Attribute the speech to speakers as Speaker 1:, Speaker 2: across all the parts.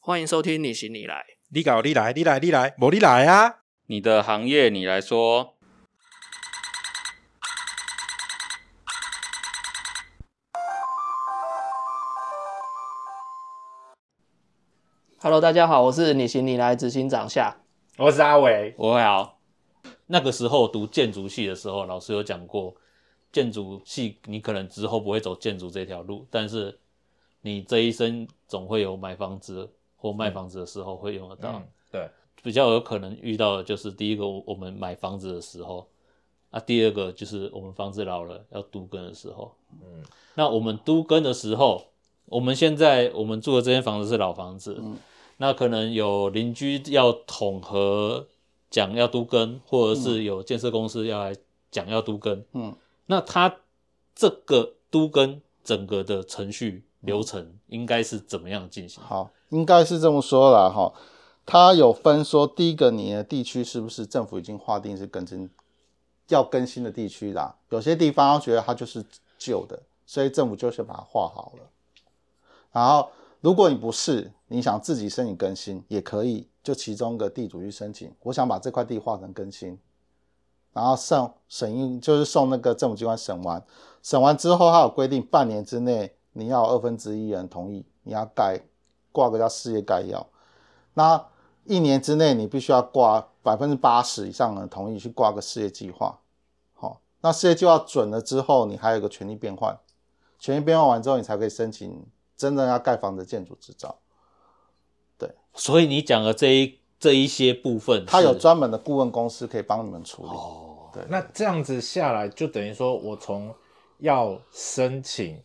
Speaker 1: 欢迎收听你行你来，
Speaker 2: 你搞你来，你来你来，我你来啊！
Speaker 3: 你的行业你来说，
Speaker 1: Hello，大家好，我是你行你来执行长夏。
Speaker 2: 我是阿伟，
Speaker 3: 我好，
Speaker 4: 那个时候读建筑系的时候，老师有讲过，建筑系你可能之后不会走建筑这条路，但是你这一生总会有买房子或卖房子的时候会用得到。
Speaker 2: 嗯对，
Speaker 4: 比较有可能遇到的就是第一个，我我们买房子的时候，啊，第二个就是我们房子老了要都更的时候。
Speaker 2: 嗯，
Speaker 4: 那我们都更的时候，我们现在我们住的这间房子是老房子，那可能有邻居要统合讲要都更，或者是有建设公司要来讲要都更，
Speaker 1: 嗯，
Speaker 4: 那他这个都更整个的程序流程应该是怎么样进行？
Speaker 5: 好，应该是这么说啦哈。它有分说，第一个你的地区是不是政府已经划定是更新要更新的地区啦？有些地方觉得它就是旧的，所以政府就先把它划好了。然后，如果你不是，你想自己申请更新也可以，就其中一个地主去申请，我想把这块地划成更新，然后上审议就是送那个政府机关审完，审完之后，它有规定半年之内你要有二分之一人同意，你要盖挂个叫事业概要。那一年之内你必须要挂百分之八十以上的人同意去挂个事业计划。好、那事业计划准了之后，你还有一个权利变换，权利变换完之后，你才可以申请真正要盖房子的建筑执照。
Speaker 4: 所以你讲的这一这一些部分是，
Speaker 5: 它有专门的顾问公司可以帮你们处理。
Speaker 4: 哦，
Speaker 2: 那这样子下来，就等于说我从要申请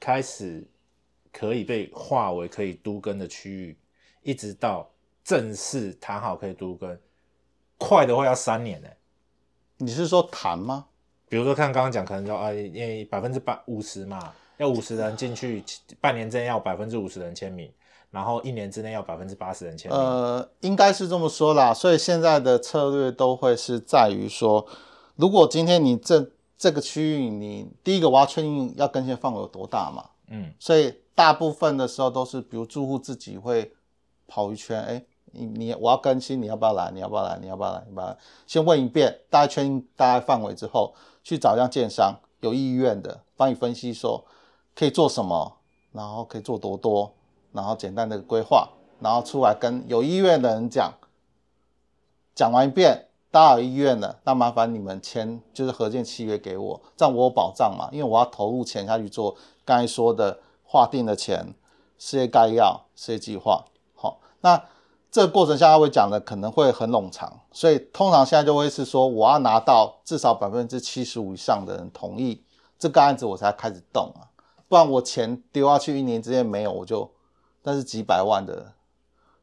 Speaker 2: 开始，可以被划为可以都更的区域，一直到正式谈好可以都更，快的话要三年呢、欸
Speaker 5: 你是说谈吗？
Speaker 2: 比如说看刚刚讲，可能说啊，因为百分之百五十嘛，要五十人进去，半年之内要百分之五十人签名，然后一年之内要百分之八十人签名。
Speaker 5: 呃，应该是这么说啦。所以现在的策略都会是在于说，如果今天你这这个区域你，第一个我要确定要更新的范围有多大嘛，
Speaker 2: 嗯，
Speaker 5: 所以大部分的时候都是，比如住户自己会跑一圈，哎，你你我要更新，你要不要来？你要不要来？你要不要来？你要不要来？先问一遍，大家确定大概范围之后，去找一家建商有意愿的，帮你分析说可以做什么，然后可以做多多，然后简单的规划，然后出来跟有意愿的人讲，讲完一遍。大家有意愿了，那麻烦你们签就是合建契约给我，这样我有保障嘛？因为我要投入钱下去做刚才说的划定的钱、事业概要、事业计划。好、那这个过程下来会讲的可能会很冗长，所以通常现在就会是说，我要拿到至少百分之七十五以上的人同意这个案子，我才开始动啊，不然我钱丢下去一年之内没有，我就但是几百万的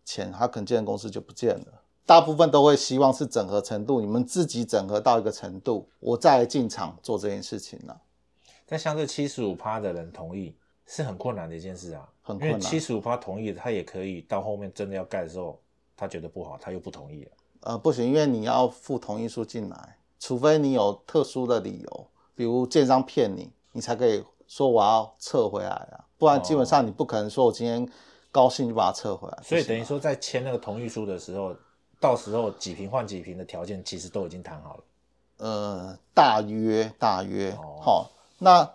Speaker 5: 钱，他可能建公司就不见了。大部分都会希望是整合程度，你们自己整合到一个程度，我再来进场做这件事情了、
Speaker 2: 但相对七十五趴的人同意是很困难的一件事啊，
Speaker 5: 很
Speaker 2: 因
Speaker 5: 困
Speaker 2: 为
Speaker 5: 难
Speaker 2: 七。十五趴同意，他也可以到后面真的要盖的时候，他觉得不好，他又不同意了。
Speaker 5: 呃，不行，因为你要附同意书进来，除非你有特殊的理由，比如建商骗你，你才可以说我要撤回来啊，不然基本上你不可能说我今天高兴就把它撤回来。
Speaker 2: 所以
Speaker 5: 不行
Speaker 2: 等于
Speaker 5: 啊
Speaker 2: 说，在签那个同意书的时候，到时候几平换几平的条件其实都已经谈好了。
Speaker 5: 呃，大约大约，好、
Speaker 2: 哦
Speaker 5: 那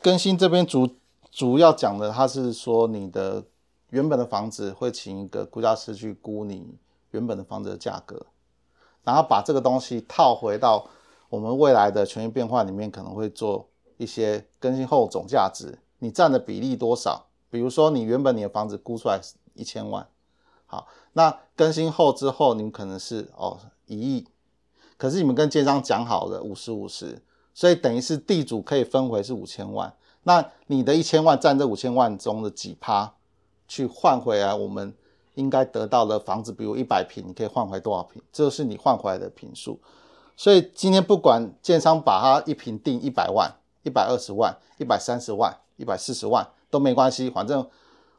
Speaker 5: 更新这边主主要讲的，它是说你的原本的房子会请一个估价师去估你原本的房子的价格，然后把这个东西套回到我们未来的权益变换里面，可能会做一些更新后总价值，你占的比例多少？比如说你原本你的房子估出来一千万，好，那更新后之后，你们可能是哦一亿，可是你们跟建商讲好了五十五十，所以等于是地主可以分回是五千万，那你的一千万占这五千万中的几趴，去换回来我们应该得到的房子，比如一百平，你可以换回多少平？这就是你换回来的平数。所以今天不管建商把它一平定一百万、一百二十万、一百三十万、一百四十万都没关系，反正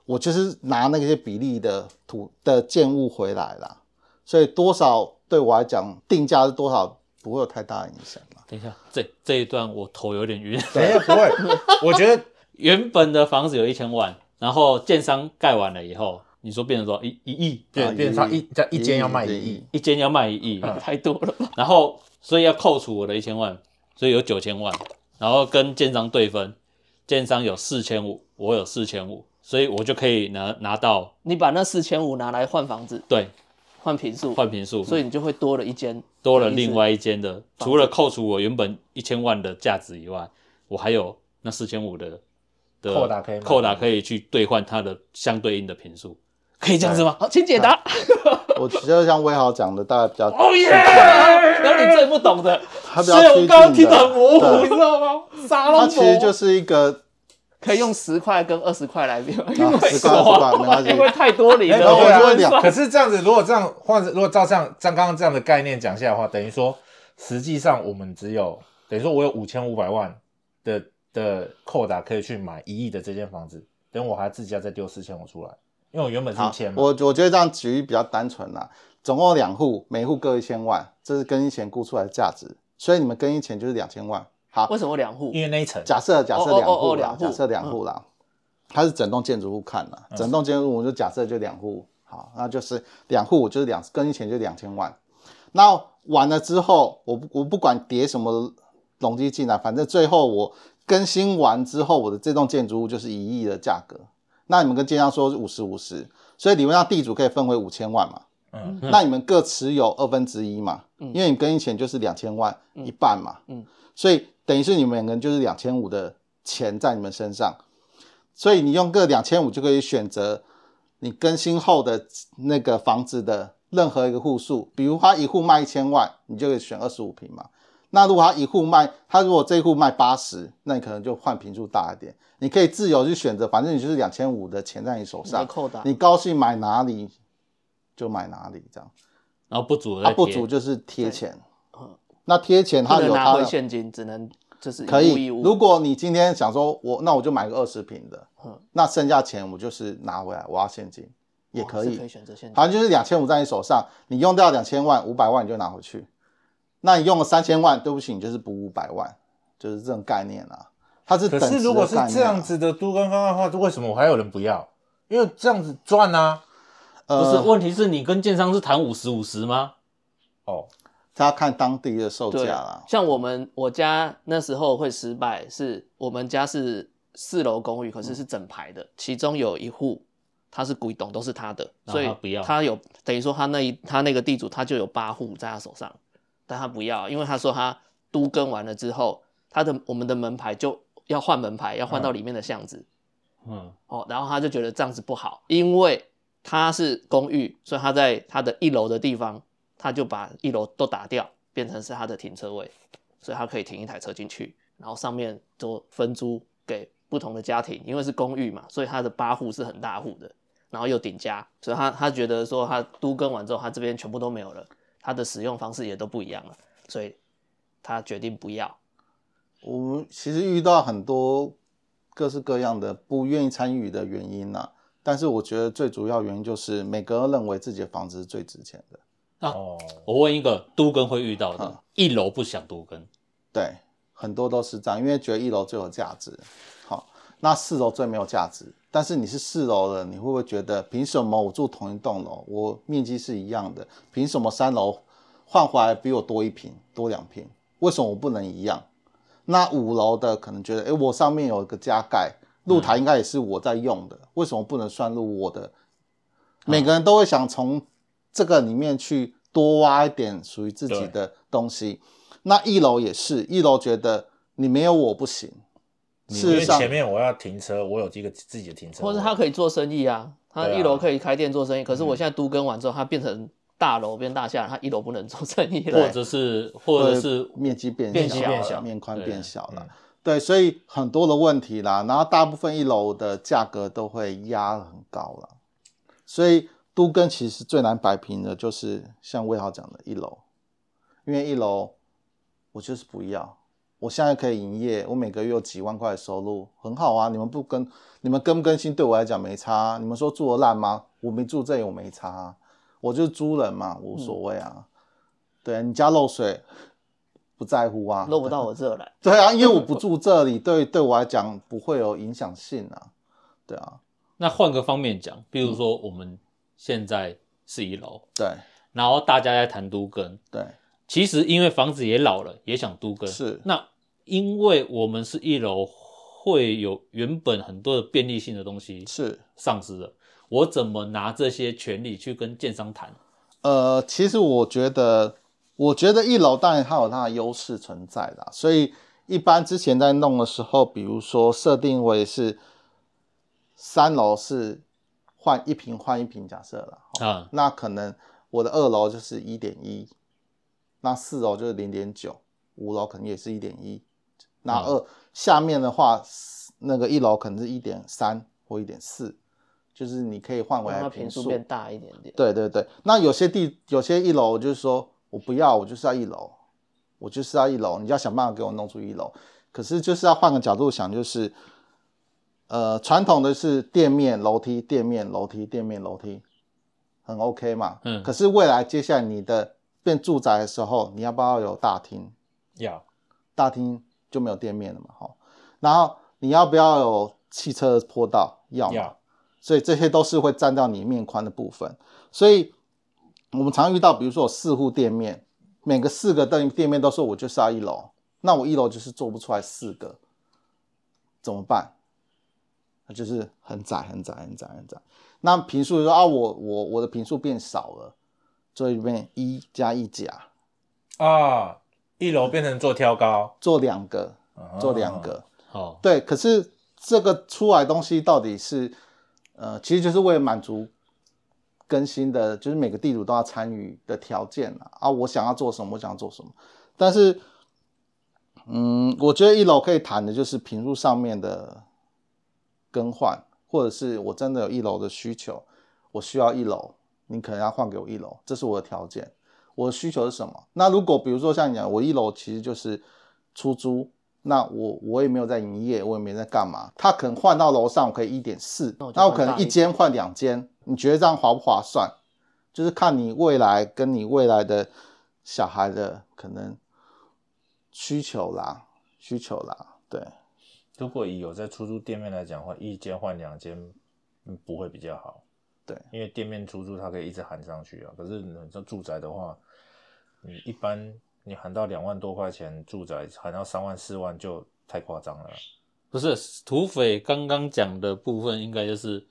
Speaker 5: 我就是拿那些比例的土的建物回来啦。所以多少对我来讲，定价是多少不会有太大的影响啦。
Speaker 4: 等一下，这这一段我头有点晕。
Speaker 2: 哎呀，不会，我觉得
Speaker 4: 原本的房子有一千万，然后建商盖完了以后，你说变成多少一一亿，
Speaker 5: 啊
Speaker 2: 变变成他一在一间要卖一
Speaker 5: 一亿
Speaker 2: 亿，
Speaker 4: 一间要卖一亿，
Speaker 5: 嗯
Speaker 1: 太多了吧？
Speaker 4: 然后所以要扣除我的一千万，所以有九千万，然后跟建商对分，建商有四千五，我有四千五，所以我就可以拿拿到
Speaker 1: 你把那四千五拿来换房子，
Speaker 4: 对
Speaker 1: 换平数，
Speaker 4: 换平数，
Speaker 1: 所以你就会多了一间，
Speaker 4: 多了另外一间的，除了扣除我原本一千万的价值以外，我还有那四千五的的
Speaker 2: 扣打可以买
Speaker 4: 扣打可以去兑换它的相对应的平数，可以这样子吗？
Speaker 1: 好，请解 答。
Speaker 5: 我就像威豪讲的，大概比较，
Speaker 1: 哦 耶！然后你最不懂的，
Speaker 5: 他比
Speaker 1: 所
Speaker 5: 较
Speaker 1: 以我
Speaker 5: 贴
Speaker 1: 刚刚
Speaker 5: 近
Speaker 1: 听得很
Speaker 5: 的，
Speaker 1: 模糊，
Speaker 5: 对
Speaker 1: 你知道吗？沙龙
Speaker 5: 它其实就是一个
Speaker 1: 可以用十块跟二十块来比，因
Speaker 5: 啊
Speaker 1: 为
Speaker 5: 十块二十块没关系
Speaker 1: 因，为太多零
Speaker 2: 哎
Speaker 1: 了，
Speaker 2: 对啊
Speaker 1: 我就会
Speaker 5: 对啊
Speaker 1: 算
Speaker 2: 可是这样子，如果这样换，如果照这样照刚刚这样的概念讲下来的话，等于说实际上我们只有等于说我有五千五百万的的扣打可以去买一亿的这间房子，等我还自己要再丢四千五出来，因为我原本是一
Speaker 5: 好
Speaker 2: 千，嘛。
Speaker 5: 我我觉得这样举例比较单纯啦。总共两户，每户各一千万，这是更衣前估出来的价值，所以你们更衣前就是两千万。好，
Speaker 1: 为什么两户？
Speaker 2: 因为那一层
Speaker 5: 假设假设
Speaker 1: 哦哦
Speaker 5: 两
Speaker 1: 哦
Speaker 5: 户
Speaker 1: 哦
Speaker 5: 啦
Speaker 1: 两，户嗯
Speaker 5: 假设两户啦，它是整栋建筑物看啦，整栋建筑物我就假设就两户，好，那就是两户就是两更衣前就两千万。那完了之后，我不我不管叠什么容积进来，反正最后我更新完之后，我的这栋建筑物就是一亿的价格。那你们跟建商说是五十五十，所以理论上地主可以分为五千万嘛，
Speaker 2: 嗯
Speaker 5: 那你们各持有二分之一嘛，因为你跟一钱就是两千万、一半嘛，
Speaker 1: 嗯
Speaker 5: 所以等于是你们两个人就是两千五的钱在你们身上，所以你用个两千五就可以选择你更新后的那个房子的任何一个户数，比如他一户卖一千万，你就可以选二十五平嘛。那如果他一户卖，他如果这一户卖八十，那你可能就换平数大一点，你可以自由去选择，反正你就是两千五的钱在你手
Speaker 1: 你的啊
Speaker 5: 上，
Speaker 1: 扣打
Speaker 5: 你高兴买哪里就买哪里，这样。
Speaker 4: 然后不足的
Speaker 5: 啊，
Speaker 4: 再
Speaker 5: 不
Speaker 4: 贴
Speaker 5: 足就是贴钱
Speaker 1: 嗯。
Speaker 5: 那贴钱
Speaker 1: 不
Speaker 5: 它
Speaker 1: 能
Speaker 5: 有
Speaker 1: 拿
Speaker 5: 它
Speaker 1: 回
Speaker 5: 的
Speaker 1: 现金，只能就是一
Speaker 5: 可
Speaker 1: 物
Speaker 5: 以
Speaker 1: 一。物。
Speaker 5: 如果你今天想说我，那我就买个二十平的
Speaker 1: 嗯，
Speaker 5: 那剩下钱我就是拿回来，我要现金也
Speaker 1: 哇
Speaker 5: 可
Speaker 1: 哦是
Speaker 5: 以
Speaker 1: 可以。选择现金。
Speaker 5: 好像就是两千五在你手上，你用掉两千万，五百万你就拿回去。那你用了三千万，对不起，你就是补五百万，就是这种概念啊。它是
Speaker 2: 可
Speaker 5: 等值
Speaker 2: 是
Speaker 5: 的
Speaker 2: 如果是
Speaker 5: 概念啊
Speaker 2: 这样，子的都跟方案的话，为什么我还有人不要？因为这样子赚啊！
Speaker 4: 不
Speaker 5: 呃，
Speaker 4: 是，问题是你跟建商是谈五十五十吗？
Speaker 2: 哦，
Speaker 5: 他要看当地的售价
Speaker 1: 对啊
Speaker 5: 啦，。
Speaker 1: 像我们我家那时候会失败，是我们家是四楼公寓，可
Speaker 4: 嗯
Speaker 1: 是是整排的，其中有一户他是古董，都是他的，
Speaker 4: 然后
Speaker 1: 所以
Speaker 4: 他不要
Speaker 1: 他有等于说他那一他那个地主他就有八户在他手上，但他不要，因为他说他都更完了之后，他的我们的门牌就要换门牌，要换到里面的巷子。
Speaker 4: 嗯，
Speaker 1: 哦，然后他就觉得这样子不好，因为他是公寓，所以他在他的一楼的地方，他就把一楼都打掉，变成是他的停车位，所以他可以停一台车进去，然后上面就分租给不同的家庭，因为是公寓嘛，所以他的八户是很大户的，然后又顶加，所以他他觉得说他都更完之后，他这边全部都没有了，他的使用方式也都不一样了，所以他决定不要。
Speaker 5: 我们其实遇到很多各式各样的不愿意参与的原因呐、但是我觉得最主要原因就是每个人认为自己的房子是最值钱的，
Speaker 2: 哦，
Speaker 4: 我问一个都跟会遇到
Speaker 5: 嗯
Speaker 4: 的，一楼不想都跟，
Speaker 5: 对，很多都是这样，因为觉得一楼最有价值，好，那四楼最没有价值。但是你是四楼的，你会不会觉得凭什么我住同一栋楼，我面积是一样的，凭什么三楼换回来比我多一平、多两平？为什么我不能一样？那五楼的可能觉得，诶，我上面有一个加盖，露台应该也是我在用的，为什么不能算入我的？每个人都会想从这个里面去多挖一点属于自己的东西。那一楼也是，一楼觉得你没有我不行。
Speaker 2: 因
Speaker 5: 事实
Speaker 2: 为
Speaker 5: 上，
Speaker 2: 前面我要停车，我有这个自己的停车位，
Speaker 1: 或者他可以做生意啊，他
Speaker 2: 对啊
Speaker 1: 一楼可以开店做生意，
Speaker 5: 嗯
Speaker 1: 可是我现在都更完之后，他变成大楼变大厦，他一楼不能做生意
Speaker 5: 对
Speaker 1: 了
Speaker 4: 或。者是或者是
Speaker 5: 面积变
Speaker 1: 变
Speaker 5: 小
Speaker 1: 小
Speaker 5: 了
Speaker 1: 了
Speaker 5: 面宽
Speaker 4: 对
Speaker 5: 变小了
Speaker 2: 嗯。
Speaker 5: 对，所以很多的问题啦，然后大部分一楼的价格都会压得很高了，所以都跟其实最难摆平的就是像魏豪讲的一楼，因为一楼我就是不要，我现在可以营业，我每个月有几万块的收入，很好啊。你们不更，你们更不更新对我来讲没差啊、你们说住的烂吗？我没住这里，我没差啊、我就是租人嘛，无所谓
Speaker 1: 嗯
Speaker 5: 啊。对你家漏水不在乎啊，
Speaker 1: 漏不到我这 来，
Speaker 5: 对啊，因为我不住这里，对对我来讲不会有影响性啊。对啊，
Speaker 4: 那换个方面讲，比如说我们现在是一楼，
Speaker 5: 对
Speaker 4: 然后大家在谈都更，
Speaker 5: 对
Speaker 4: 其实因为房子也老了，也想都更。
Speaker 5: 是
Speaker 4: 那因为我们是一楼，会有原本很多的便利性的东西
Speaker 5: 是，
Speaker 4: 丧失了，我怎么拿这些权利去跟建商谈？
Speaker 5: 呃，其实我觉得，我觉得一楼当然它有它的优势存在啦，所以一般之前在弄的时候，比如说设定为是三楼是换一平换一平，假设啦，齁
Speaker 4: 啊
Speaker 5: 那可能我的二楼就是一点一，那四楼就是零点九，五楼可能也是一点一，
Speaker 1: 嗯
Speaker 5: 那二、下面的话，那个一楼可能是一点三或一点四，就是你可以换回
Speaker 1: 让
Speaker 5: 来
Speaker 1: 它
Speaker 5: 平
Speaker 1: 平
Speaker 5: 数
Speaker 1: 数变大一点点。
Speaker 5: 对对对，那有些地有些一楼就是说我不要，我就是要一楼，我就是要一楼，你要想办法给我弄出一楼。可是就是要换个角度想，就是呃，传统的是店面楼梯、店面楼梯、店面楼梯，很 OK 嘛。
Speaker 4: 嗯
Speaker 5: 可是未来接下来你的变住宅的时候，你要不要有大厅？
Speaker 2: 要
Speaker 5: 大厅就没有店面了嘛，哈。然后你要不要有汽车的坡道？要嘛
Speaker 2: 要。
Speaker 5: 所以这些都是会占到你面宽的部分。所以我们常遇到，比如说有四户店面，每个四个店店面都说我就是要一楼，那我一楼就是做不出来四个，怎么办？那就是很窄很窄很窄很窄。那平数就说啊，我我我的平数变少了，所以变一加一甲，
Speaker 2: 啊，一楼变成做挑高，啊
Speaker 5: 做两个，做两个。
Speaker 4: 哦，
Speaker 5: 对，可是这个出来东西到底是，呃，其实就是为了满足更新的，就是每个地主都要参与的条件啊。啊，我想要做什么，我想要做什么。但是，嗯，我觉得一楼可以谈的就是评述上面的更换，或者是我真的有一楼的需求，我需要一楼，你可能要换给我一楼，这是我的条件。我的需求是什么？那如果比如说像你讲，我一楼其实就是出租，那我我也没有在营业，我也没在干嘛。他可能换到楼上，我可以一点四
Speaker 1: 那我，就
Speaker 5: 那我
Speaker 1: 换
Speaker 5: 可能
Speaker 1: 大
Speaker 5: 一
Speaker 1: 一
Speaker 5: 间换两间，你觉得这样划不划算？就是看你未来跟你未来的小孩的可能需求啦，需求啦，对，
Speaker 2: 如果以有在出租店面来讲的话，一间换两间，嗯，不会比较好。
Speaker 5: 对
Speaker 2: 因为店面出租它可以一直喊上去啊。可是你说住宅的话，你一般你喊到两万多块钱住宅，喊到三万四万就太夸张了。
Speaker 4: 不是土匪刚刚讲的部分，应该就是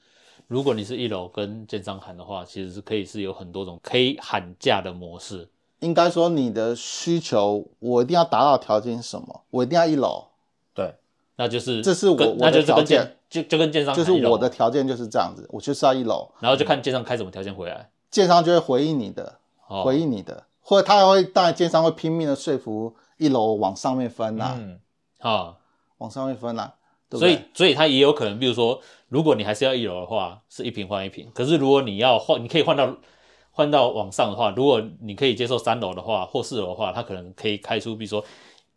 Speaker 4: 如果你是一楼跟建商喊的话，其实是可以是有很多种可以喊价的模式。
Speaker 5: 应该说你的需求，我一定要达到的条件是什么？我一定要一楼，
Speaker 2: 对，
Speaker 4: 那就是
Speaker 5: 这是我
Speaker 4: 跟
Speaker 5: 我的
Speaker 4: 那就是
Speaker 5: 条
Speaker 4: 跟
Speaker 5: 件
Speaker 4: 建就就跟建商
Speaker 5: 就是
Speaker 4: 谈一楼
Speaker 5: 我的，条件就是这样子，我就是要一楼，
Speaker 4: 然后就看建商开什么条件回来。
Speaker 5: 建商就会回应你的，
Speaker 4: 哦，
Speaker 5: 回应你的，或者他会当然建商会拼命的说服一楼往上面分啦、
Speaker 2: 嗯，
Speaker 4: 啊，
Speaker 5: 往上面分啦、对不
Speaker 4: 所
Speaker 5: 对
Speaker 4: 以所以它也有可能，比如说，如果你还是要一楼的话，是一平换一平。可是如果你要换，你可以换到换到往上的话，如果你可以接受三楼的话或四楼的话，它可能可以开出，比如说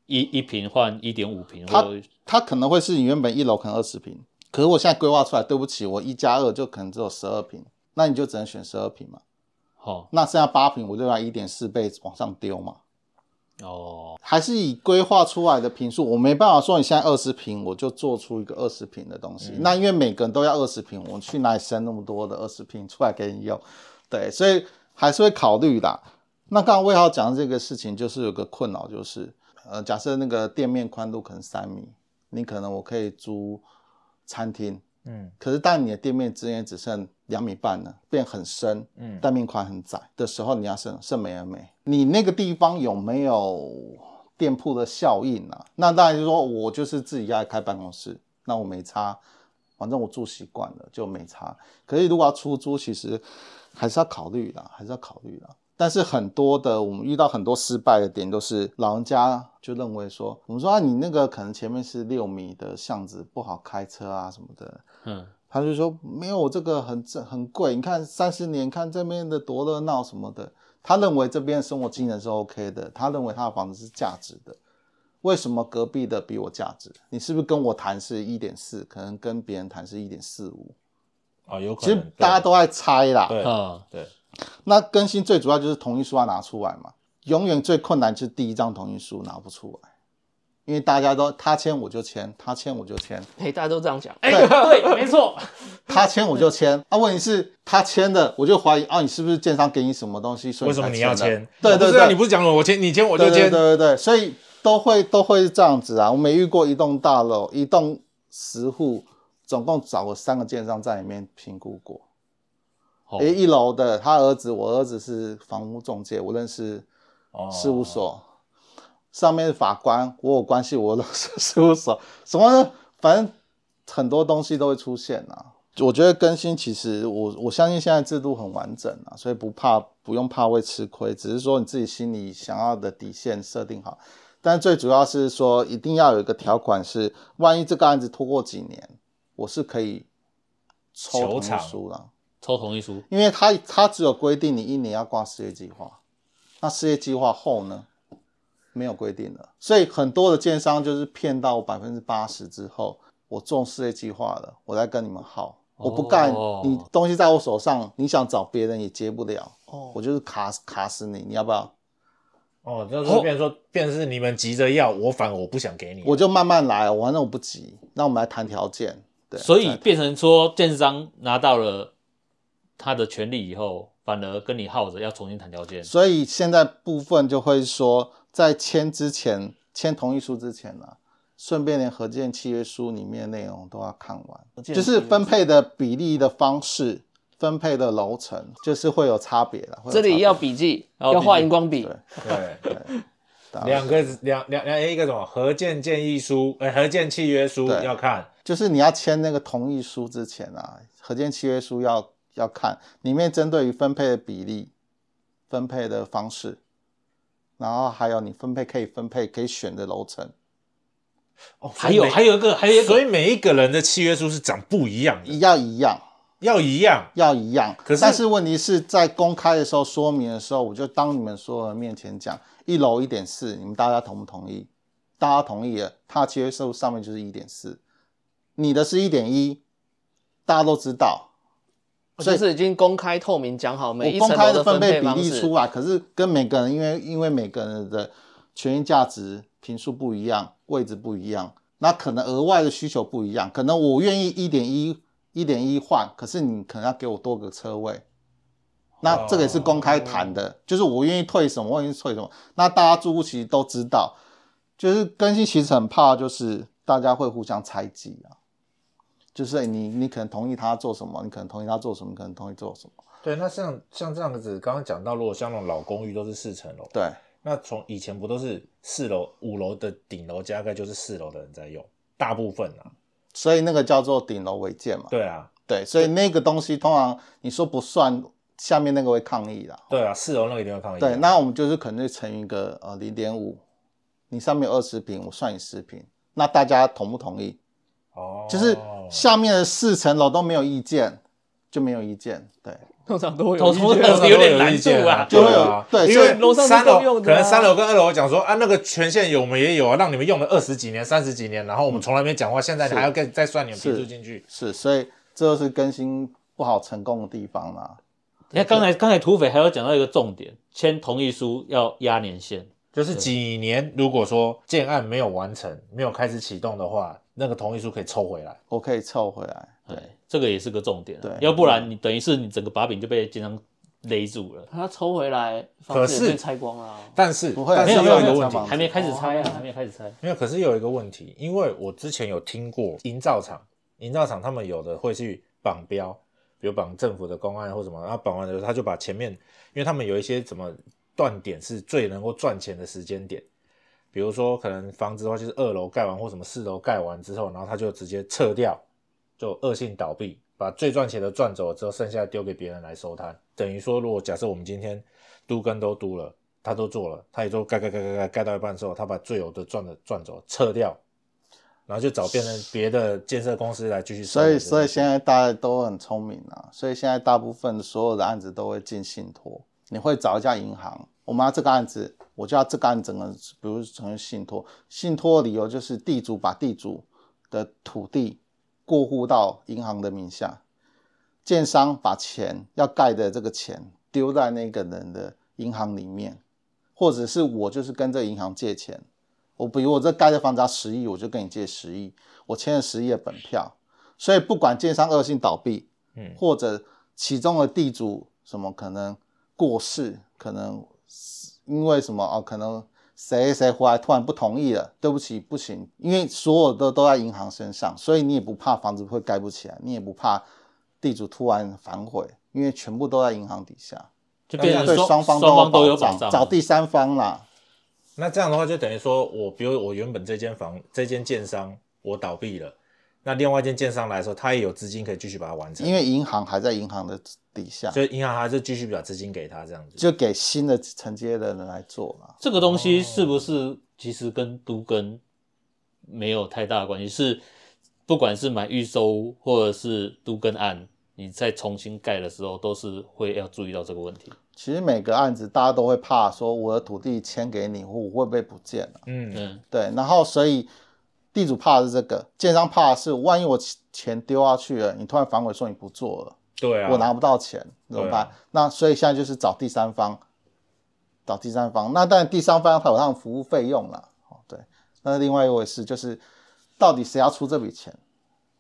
Speaker 4: 一一平换一点五平，
Speaker 5: 它
Speaker 4: 或
Speaker 5: 它可能会是你原本一楼可能二十平，可是我现在规划出来，对不起，我一加二就可能只有十二平，那你就只能选十二平嘛。
Speaker 4: 哦
Speaker 5: 那剩下八平，我就拿一点四倍往上丢嘛。
Speaker 4: 哦
Speaker 5: 还是以规划出来的平数，我没办法说你现在二十平，我就做出一个二十平的东西。那因为每个人都要二十平，我去哪里生那么多的二十平出来给你用？对，所以还是会考虑啦。那刚刚魏浩讲的这个事情，就是有个困扰，就是呃，假设那个店面宽度可能三米，你可能我可以租餐厅，
Speaker 2: 嗯
Speaker 5: 可是但你的店面之间只剩两米半了，变很深，
Speaker 2: 嗯
Speaker 5: 但面宽很窄的时候，你要剩剩美而美，你那个地方有没有店铺的效应啊？那当然就是说我就是自己要开办公室，那我没差，反正我住习惯了就没差。可是如果要出租，其实还是要考虑啦，还是要考虑啦。但是很多的我们遇到很多失败的点，都是老人家就认为说，我们说啊，你那个可能前面是六米的巷子，不好开车啊什么的。
Speaker 4: 嗯
Speaker 5: 他就说没有，这个很这很贵，你看三十年，看这边的多热闹什么的。他认为这边的生活机能是 OK 的，他认为他的房子是价值的。为什么隔壁的比我价值？你是不是跟我谈是一点四，可能跟别人谈是一点四五？
Speaker 2: 啊，有
Speaker 5: 其
Speaker 2: 可能
Speaker 5: 实大家都在猜啦。
Speaker 2: 对
Speaker 4: 啊
Speaker 2: 对
Speaker 5: 那更新最主要就是同意书要拿出来嘛，永远最困难就是第一张同意书拿不出来，因为大家都他签我就签，他签我就签，
Speaker 1: 嘿，大家都这样讲，哎、对，没错，
Speaker 5: 他签我就签。啊，问题是他签的，我就怀疑啊，你是不是建商给你什么东西？所以
Speaker 2: 为什么
Speaker 5: 才
Speaker 2: 你要
Speaker 5: 的
Speaker 2: 签？
Speaker 5: 对对
Speaker 2: 不是啊
Speaker 5: 对，
Speaker 2: 你不是讲了我签，你签我就
Speaker 5: 对对
Speaker 2: 签。
Speaker 5: 对对对，所以都会都会这样子啊。我没遇过一栋大楼，一栋十户，总共找了三个建商在里面评估过。
Speaker 4: 哦
Speaker 5: 诶，一楼的他儿子，我儿子是房屋中介，我认识
Speaker 2: 哦
Speaker 5: 事务所，上面是法官，我有关系，我认识事务所，什么呢？反正很多东西都会出现啊。我觉得更新其实我我相信现在制度很完整啊，所以不怕不用怕会吃亏，只是说你自己心里想要的底线设定好。但最主要是说一定要有一个条款是，万一这个案子拖过几年，我是可以抽
Speaker 2: 求
Speaker 5: 同意
Speaker 2: 偿
Speaker 5: 书了。
Speaker 4: 抽同意书，
Speaker 5: 因为它它只有规定你一年要挂事业计划，那事业计划后呢，没有规定了，所以很多的建商就是骗到百分之八十之后，我做事业计划了，我再跟你们耗，我不干，
Speaker 4: 哦
Speaker 5: 你东西在我手上，你想找别人也接不了，
Speaker 1: 哦
Speaker 5: 我就是卡卡死你，你要不要？
Speaker 2: 哦，就是变成说，变成是你们急着要，我反而我不想给你。
Speaker 5: 我就慢慢来，我反正我不急，那我们来谈条件，对，
Speaker 4: 所
Speaker 5: 再
Speaker 4: 以变成说建商拿到了他的权利以后，反而跟你耗着要重新谈条件。
Speaker 5: 所以现在部分就会说，在签之前，签同意书之前呢、顺便连合建契约书里面内容都要看完，
Speaker 1: 建
Speaker 5: 就是分配的比例的方式、分配的楼层，就是会有差别的。会有
Speaker 1: 这里要
Speaker 5: 差
Speaker 1: 笔记，
Speaker 4: 要
Speaker 1: 要画
Speaker 4: 笔记
Speaker 1: 荧光笔
Speaker 5: 对，
Speaker 2: 对，
Speaker 5: 别的
Speaker 2: 两个两两两一个什么合建建议书，哎，合建契约书
Speaker 5: 对
Speaker 2: 要看。
Speaker 5: 就是你要签那个同意书之前啊，合建契约书要要看里面针对于分配的比例、分配的方式，然后还有你分配可以分配可以选的楼层。
Speaker 2: 哦，所
Speaker 4: 还
Speaker 2: 以
Speaker 4: 有
Speaker 2: 每
Speaker 4: 还有一个还有一
Speaker 2: 所
Speaker 4: 个
Speaker 2: 以每一个人的契约书是长不一样的，
Speaker 5: 要一样，
Speaker 2: 要一样。
Speaker 5: 要一样。
Speaker 2: 可是
Speaker 5: 但是问题是在公开的时候说明的时候，我就当你们所有人面前讲，一楼一点四，你们大家同不同意？大家同意了，他契约书上面就是一点四，你的是一点一，大家都知道。所
Speaker 1: 就
Speaker 5: 以
Speaker 1: 是已经公开透明讲好每
Speaker 5: 我
Speaker 1: 一
Speaker 5: 公
Speaker 1: 层
Speaker 5: 开
Speaker 1: 楼
Speaker 5: 的
Speaker 1: 分
Speaker 5: 分配比
Speaker 1: 方
Speaker 5: 例
Speaker 1: 式。
Speaker 5: 出来，可是跟每个人因为因为每个人的权益价值评述不一样，位置不一样，那可能额外的需求不一样，可能我愿意一点一一点一换，可是你可能要给我多个车位。那这个也是公开谈的，就是我愿意退什么，我愿意退什么，那大家住户其实都知道，就是更新其实很怕，就是大家会互相猜忌啊，就是哎你你可能同意他做什么，你可能同意他做什么，你可能同意做什么，
Speaker 2: 对，那像像这样子，刚刚讲到，如果像那种老公寓都是四层楼，
Speaker 5: 对。
Speaker 2: 那从以前不都是四楼、五楼的顶楼加盖就是四楼的人在用，大部分啊，
Speaker 5: 所以那个叫做顶楼违建嘛。
Speaker 2: 对啊，
Speaker 5: 对，所以那个东西通常你说不算，下面那个会抗议啦。
Speaker 2: 对啊，四楼那个一定会抗议啊。
Speaker 5: 对，那我们就是可能就乘一个呃零点五，你上面二十平，我算你十平，那大家同不同意？
Speaker 2: 哦，
Speaker 5: 就是下面的四层楼都没有意见，就没有意见。对，
Speaker 1: 通常都会
Speaker 4: 通通
Speaker 2: 通常都
Speaker 4: 有点难
Speaker 2: 意见
Speaker 4: 度啊，
Speaker 5: 就会有对
Speaker 2: 因
Speaker 5: 所以
Speaker 2: 为
Speaker 1: 楼上是
Speaker 2: 三楼
Speaker 1: 共用的
Speaker 2: 可
Speaker 1: 啊
Speaker 2: 能三楼跟二楼讲说啊，那个权限有我们也有啊，让你们用了二十几年、三十几年，然后我们从来没讲话，现在你还要再再算你们批
Speaker 5: 嗯是
Speaker 2: 注进去，
Speaker 5: 是，所以这就是更新不好成功的地方啦。
Speaker 4: 你哎看刚才刚才土匪还有讲到一个重点，签同意书要压年限，
Speaker 2: 就是几年。如果说建案没有完成、没有开始启动的话，那个同意书可以抽回来。
Speaker 5: 我可以凑回来。
Speaker 4: 对
Speaker 5: 对，，
Speaker 4: 这个也是个重点啊、
Speaker 5: 对
Speaker 4: 要不然你等于是你整个把柄就被建商勒住了。
Speaker 1: 他抽回来，
Speaker 2: 可
Speaker 1: 房
Speaker 2: 是
Speaker 1: 子也被拆光了啊。
Speaker 2: 但是，
Speaker 5: 不会啊
Speaker 2: 但
Speaker 4: 没
Speaker 2: 是
Speaker 4: 有
Speaker 2: 又
Speaker 4: 没
Speaker 2: 有一个
Speaker 4: 有没有
Speaker 2: 问
Speaker 5: 这
Speaker 2: 题
Speaker 5: 样，吧
Speaker 4: 还没开始拆
Speaker 1: 哦
Speaker 4: 啊，还没开始拆。
Speaker 2: 没有，可是又有一个问题，因为我之前有听过营造厂，营造厂他们有的会去绑标，比如绑政府的公案或什么，然后绑完之后他就把前面，因为他们有一些什么断点是最能够赚钱的时间点，比如说可能房子的话就是二楼盖完或什么四楼盖完之后，然后他就直接撤掉，就恶性倒闭，把最赚钱的赚走了之后，剩下丢给别人来收摊。等于说，如果假设我们今天都跟都都了，他都做了，他也都盖盖盖盖盖盖到一半之后，他把最有的赚的赚走，撤掉，然后就找变成别的建设公司来继续收
Speaker 5: 所
Speaker 2: 买这
Speaker 5: 以
Speaker 2: 个东西。
Speaker 5: 所以现在大家都很聪明啊，所以现在大部分所有的案子都会进信托，你会找一家银行，我们要这个案子，我就要这个案子整个，比如成为信托，信托的理由就是地主把地主的土地过户到银行的名下，建商把钱要盖的这个钱丢在那个人的银行里面，或者是我就是跟这个银行借钱，我比如我这盖的房子要十亿，我就跟你借十亿，我签了十亿的本票。所以不管建商恶性倒闭，
Speaker 2: 嗯
Speaker 5: 或者其中的地主什么可能过世，可能因为什么哦，可能谁谁回来突然不同意了，对不起，不行，因为所有的都在银行身上，所以你也不怕房子会盖不起来，你也不怕地主突然反悔，因为全部都在银行底下，
Speaker 4: 就变
Speaker 5: 对
Speaker 4: 成
Speaker 5: 双方
Speaker 4: 双方都有
Speaker 5: 有
Speaker 4: 保
Speaker 5: 保
Speaker 4: 障，
Speaker 5: 找第三方啦。
Speaker 2: 那这样的话，就等于说我比如我原本这间房这间建商我倒闭了，那另外一间建商来说，他也有资金可以继续把它完成，
Speaker 5: 因
Speaker 2: 为
Speaker 5: 为银行还在银行的底下，
Speaker 2: 所以银行还是继续把资金给他这样子。
Speaker 5: 就给新的承接的人来做嘛。
Speaker 4: 这个东西是不是其实跟都跟没有太大的关系？是不管是买预收或者是都跟案，你在重新盖的时候都是会要注意到这个问题。
Speaker 5: 其实每个案子大家都会怕说我的土地签给你，我会不会不见了？
Speaker 2: 嗯，
Speaker 4: 嗯，
Speaker 5: 对，然后所以地主怕的是这个，建商怕的是万一我钱丢下去了，你突然反悔说你不做了，
Speaker 2: 对啊，
Speaker 5: 我拿不到钱怎么
Speaker 2: 对啊
Speaker 5: 办？那所以现在就是找第三方，找第三方。那但第三方他有他的服务费用啦，哦，对。那另外一回事就是，到底谁要出这笔钱？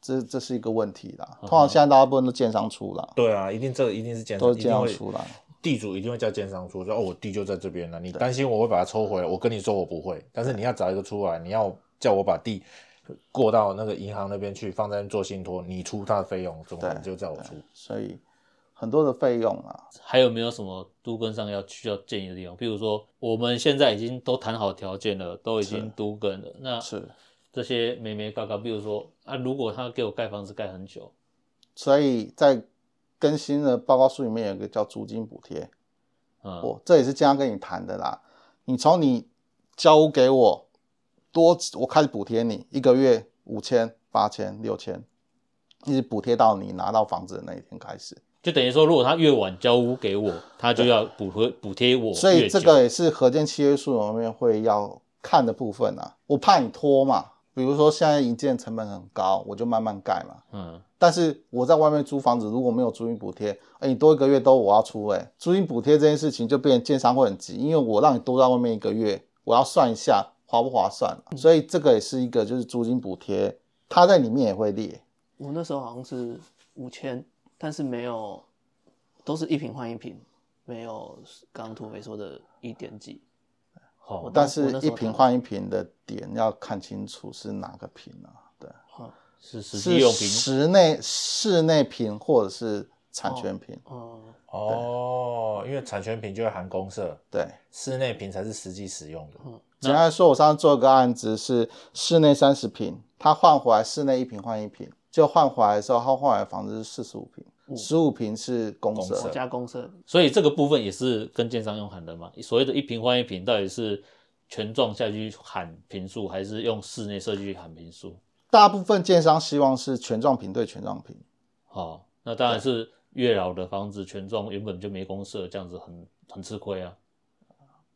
Speaker 5: 这这是一个问题
Speaker 2: 嗯
Speaker 5: 啦。通常现在大部分都建商出啦，
Speaker 2: 对啊，一定这个一定是建商，
Speaker 5: 都是
Speaker 2: 一定
Speaker 5: 建商
Speaker 2: 会
Speaker 5: 出啦。
Speaker 2: 地主一定会叫建商出，说哦，我地就在这边了，你担心我会把它抽回来，我跟你说我不会，但是你要找一个出来，你要叫我把地过到那个银行那边去，放在那边做信托，你出它的费用，总
Speaker 5: 对
Speaker 2: 你就叫我出。
Speaker 5: 所以很多的费用啊，
Speaker 4: 还有没有什么都跟上要需要建议的地方？比如说我们现在已经都谈好条件了，都已经
Speaker 5: 是
Speaker 4: 都跟了，那
Speaker 5: 是。
Speaker 4: 这些眉眉嘎嘎，比如说啊，如果他给我盖房子盖很久，
Speaker 5: 所以在更新的报告书里面有一个叫租金补贴，
Speaker 4: 嗯，
Speaker 5: 我这也是经常跟你谈的啦。你从你交屋给我多，我开始补贴你一个月五千、八千、六千，一直补贴到你拿到房子的那一天开始。
Speaker 4: 就等于说，如果他越晚交屋给我，他就要补回补贴我越久，
Speaker 5: 所以这个也是合建契约书里面会要看的部分啊。我怕你拖嘛，比如说现在一建成本很高，我就慢慢盖嘛。
Speaker 4: 嗯，
Speaker 5: 但是我在外面租房子，如果没有租金补贴，哎，你多一个月都我要出哎、租金补贴这件事情就变成建商会很急，因为我让你多在外面一个月，我要算一下划不划算、
Speaker 4: 嗯
Speaker 5: 所以这个也是一个就是租金补贴，它在里面也会列，
Speaker 4: 嗯
Speaker 1: 我那时候好像是五千，但是没有，都是一瓶换一瓶，没有刚刚土匪说的一点几。
Speaker 4: 好、
Speaker 1: 我
Speaker 5: 但
Speaker 1: 当
Speaker 5: 是一瓶，换一瓶的点要看清楚是哪个瓶啊，对，
Speaker 4: 是实际
Speaker 5: 是
Speaker 4: 用品，
Speaker 5: 室内室内瓶或者是产权瓶，
Speaker 1: 我那时候嗯，
Speaker 2: 哦，因为产权品就会含公社，
Speaker 5: 对。
Speaker 2: 室内品才是实际使用的。
Speaker 5: 简单来说，我上次做个案子是室内三十平，他换回来室内一平换一平，就换回来的时候，他换回来的房子是四十五平，十五平是公
Speaker 2: 公
Speaker 5: 社
Speaker 1: 我
Speaker 2: 社。
Speaker 1: 家公社
Speaker 4: 所以这个部分也是跟建商用喊的嘛。所谓的一瓶换一瓶，到底是全幢下去喊平数，还是用室内设计去喊平数？
Speaker 5: 大部分建商希望是全幢平对全幢平，
Speaker 4: 好、哦那当然是越老的房子全幢原本就没公设，这样子很很吃亏啊，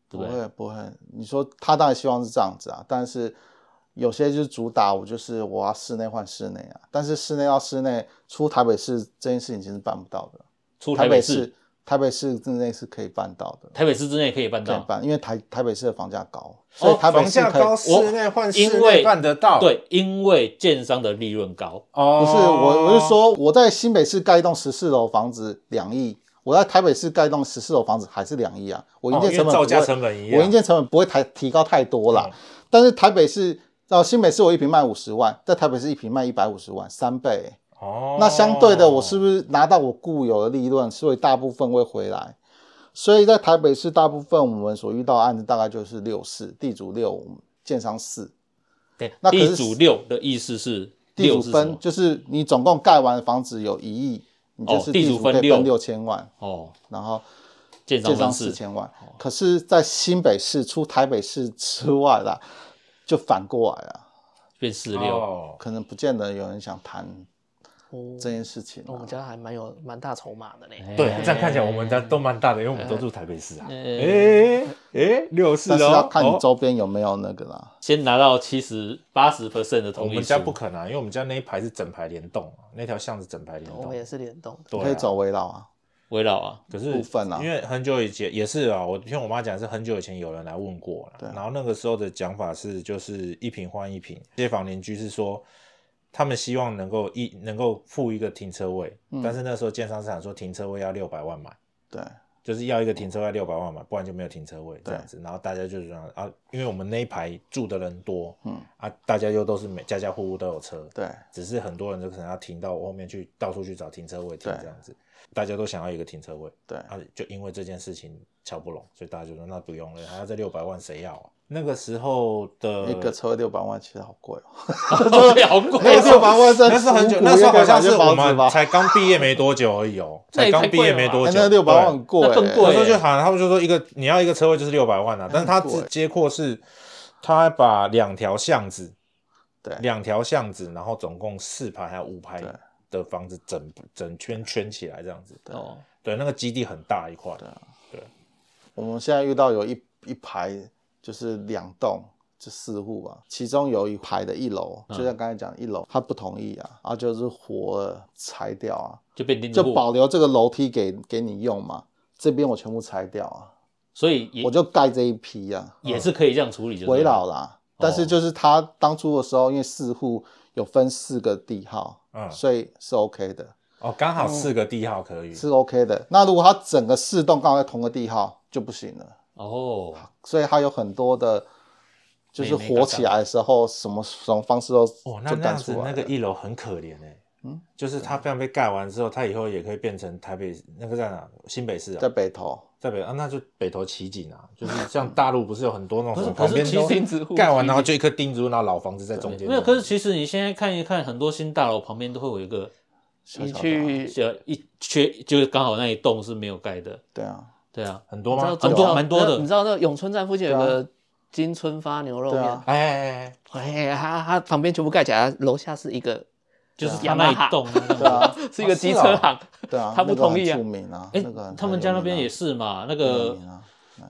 Speaker 4: 对
Speaker 5: 不
Speaker 4: 不对？
Speaker 5: 会啊不会。你说他当然希望是这样子啊，但是有些就是主打我就是我要室内换室内啊，但是室内到室内出台北市这件事情其实办不到的，
Speaker 4: 出
Speaker 5: 台
Speaker 4: 北
Speaker 5: 市
Speaker 4: 市，
Speaker 5: 台北市之内是可以办到的。
Speaker 4: 台北市之内可以办
Speaker 5: 可以
Speaker 4: 到。
Speaker 5: 办，因为台台北市的房价高，所以台北
Speaker 2: 哦房
Speaker 5: 市
Speaker 2: 价
Speaker 5: 可以
Speaker 2: 高，室内换
Speaker 4: 因
Speaker 2: 室内
Speaker 4: 为
Speaker 2: 办得到。，
Speaker 4: 对，因为建商的利润高，
Speaker 2: 哦，
Speaker 5: 不是我，我是说我在新北市盖一栋十四楼房子两亿，我在台北市盖一栋十四楼房子还是两亿啊，我营
Speaker 2: 哦，
Speaker 5: 建
Speaker 2: 因
Speaker 5: 成
Speaker 2: 为
Speaker 5: 本
Speaker 2: 造
Speaker 5: 不
Speaker 2: 价
Speaker 5: 会
Speaker 2: 成本一
Speaker 5: 我营
Speaker 2: 样。嗯
Speaker 5: 建成本不会抬提高太多啦。但是台北市到新北市我一平卖五十万，在台北市一平卖一百五十万，三倍欸、
Speaker 2: 哦，
Speaker 5: 那相对的，我是不是拿到我固有的利润，所以大部分会回来？所以在台北市，大部分我们所遇到的案子大概就是六四，地主六，建商四，
Speaker 4: 对
Speaker 5: 那，可是
Speaker 4: 地主六的意思是
Speaker 5: 地
Speaker 4: 六
Speaker 5: 主
Speaker 4: 是什
Speaker 5: 分
Speaker 4: 么？
Speaker 5: 就是你总共盖完房子有一亿，你就是
Speaker 4: 哦地
Speaker 5: 主
Speaker 4: 主分
Speaker 5: 可以
Speaker 4: 六
Speaker 5: 分六千万，
Speaker 4: 哦，
Speaker 5: 然后
Speaker 4: 建商
Speaker 5: 建
Speaker 4: 分
Speaker 5: 商
Speaker 4: 四
Speaker 5: 四，千万。可是，在新北市除台北市之外啦，就反过来了，
Speaker 4: 变四六，
Speaker 2: 哦，
Speaker 5: 可能不见得有人想谈
Speaker 1: 哦，
Speaker 5: 这件事情啊
Speaker 1: 我们
Speaker 5: 啦。
Speaker 1: 家还蛮有蛮大筹码的呢。
Speaker 2: 对，这样看起来我们家都蛮大的，因为我们都住台北市啊。
Speaker 4: 呃
Speaker 2: 哎哎，六四
Speaker 5: 嗯但是
Speaker 2: 哦，
Speaker 5: 要看你
Speaker 2: 哦
Speaker 5: 周边有没有那个啦。
Speaker 4: 先拿到七十八十 percent 的
Speaker 2: 我
Speaker 4: 同意
Speaker 2: 们
Speaker 4: 书
Speaker 2: 家不可能、因为我们家那一排是整排联动啊，那条巷子整排联
Speaker 1: 我
Speaker 2: 动
Speaker 1: 们。也是联动的，
Speaker 5: 你
Speaker 2: 对、啊，
Speaker 5: 可以走围绕啊，
Speaker 4: 围绕啊，
Speaker 2: 可是
Speaker 5: 部分啊
Speaker 2: 因为很久以前也是啊，我听我妈讲是很久以前有人来问过了，然后那个时候的讲法是就是一平换一平，街坊邻居是说他们希望能够一能够付一个停车位，但是那时候建商市场说停车位要六百万买，
Speaker 5: 嗯对
Speaker 2: 就是要一个停车位六百万嘛，不然就没有停车位这样子。然后大家就是这样啊，因为我们那一排住的人多，嗯啊，大家又都是每家家户户都有车，
Speaker 5: 对
Speaker 2: 只是很多人就可能要停到后面去，到处去找停车位停
Speaker 5: 对
Speaker 2: 这样子。大家都想要一个停车位，
Speaker 5: 对
Speaker 2: 啊，就因为这件事情瞧不拢，所以大家就说那不用了，还要这六百万谁要啊？那个时候的
Speaker 5: 一个车位六百万，其实好贵哦。
Speaker 4: 好贵啊
Speaker 5: 那哎六百万在
Speaker 2: 那是很久，
Speaker 5: 五
Speaker 2: 那时候
Speaker 5: 五
Speaker 2: 好
Speaker 5: 月可以
Speaker 2: 像
Speaker 5: 买间
Speaker 2: 是我
Speaker 5: 房子
Speaker 2: 们
Speaker 5: 吧？
Speaker 2: 才刚毕业没多久而已哦，
Speaker 1: 那
Speaker 2: 才
Speaker 1: 也太
Speaker 2: 刚毕业
Speaker 1: 贵了
Speaker 2: 没
Speaker 1: 吧
Speaker 2: 多
Speaker 5: 哎
Speaker 2: 久，
Speaker 5: 那六百万
Speaker 2: 对
Speaker 5: 很贵、
Speaker 4: 那更
Speaker 5: 欸
Speaker 4: 贵
Speaker 2: 那
Speaker 4: 欸
Speaker 2: 时候就好像他们就说一个你要一个车位就是六百万啊，但是他只
Speaker 5: 对
Speaker 2: 接阔是，他还把两条巷子，
Speaker 5: 对
Speaker 2: 两条巷子，然后总共四排还有五排
Speaker 5: 对
Speaker 2: 的房子整整圈圈起来这样子，
Speaker 4: 哦，
Speaker 2: 对，那个基地很大一块，
Speaker 5: 我们现在遇到有一一排就是两栋，就四户吧，其中有一排的一楼，就像刚才讲一楼，他不同意啊，然后就是活了拆掉啊，
Speaker 4: 就变钉子
Speaker 5: 就
Speaker 4: 户，
Speaker 5: 保留这个楼梯给给你用嘛，这边我全部拆掉啊，
Speaker 4: 所以也
Speaker 5: 我就盖这一批啊，
Speaker 4: 也是可以这样处理，就对了
Speaker 5: 围绕啦。但是就是他当初的时候，因为四户有分四个地号，
Speaker 2: 嗯
Speaker 5: 所以是 OK 的，
Speaker 2: 哦，刚好四个地号可以，
Speaker 5: 是 OK 的。那如果他整个四栋刚好在同个地号就不行了。
Speaker 4: 哦，
Speaker 5: 所以它有很多的，就是
Speaker 2: 没没
Speaker 5: 火起来的时候，什么什么方式都
Speaker 2: 哦，那
Speaker 5: 就
Speaker 2: 那样
Speaker 5: 干
Speaker 2: 子
Speaker 5: 出来
Speaker 2: 那个
Speaker 5: 了。
Speaker 2: 一楼很可怜哎、嗯，就是它这样被盖完之后，它以后也可以变成台北那个在哪？新北市啊，
Speaker 5: 在北投，
Speaker 2: 在北啊，那就北投奇景啊， 就是像大陆不是有很多那种
Speaker 4: 不是
Speaker 2: 什么
Speaker 4: 可是
Speaker 2: 旁边
Speaker 4: 其
Speaker 2: 都
Speaker 4: 实钉子户
Speaker 2: 盖完然后就一颗钉子户，然后老房子在中间。
Speaker 4: 没有。可是其实你现在看一看，很多新大楼旁边都会有一个
Speaker 5: 小
Speaker 1: 你
Speaker 5: 小的
Speaker 1: 去
Speaker 4: 小一缺，就是刚好那一栋是没有盖的，
Speaker 5: 对啊，
Speaker 4: 对啊，
Speaker 2: 很多
Speaker 1: 你知
Speaker 2: 吗
Speaker 1: 道？
Speaker 4: 很
Speaker 1: 中
Speaker 4: 多
Speaker 1: 校
Speaker 4: 蛮多的
Speaker 1: 你知道那个永春站附近有
Speaker 5: 对
Speaker 1: 个金春发牛肉
Speaker 5: 对
Speaker 1: 面
Speaker 5: 啊，
Speaker 2: 哎哎哎哎，
Speaker 1: 哎，它它旁边全部盖起来，楼下是一个
Speaker 4: 就是
Speaker 1: 雅
Speaker 4: 他
Speaker 1: 马
Speaker 4: 那
Speaker 1: 哈
Speaker 4: 一栋那个
Speaker 5: 对啊，
Speaker 1: 是一个机车行，
Speaker 5: 对啊，
Speaker 1: 他不
Speaker 5: 那个
Speaker 1: 同意啊
Speaker 5: 很著名啊，
Speaker 4: 哎
Speaker 5: 那个，
Speaker 4: 他们家那边也
Speaker 5: 是
Speaker 4: 是嘛，那
Speaker 5: 有
Speaker 4: 个
Speaker 5: 名啊，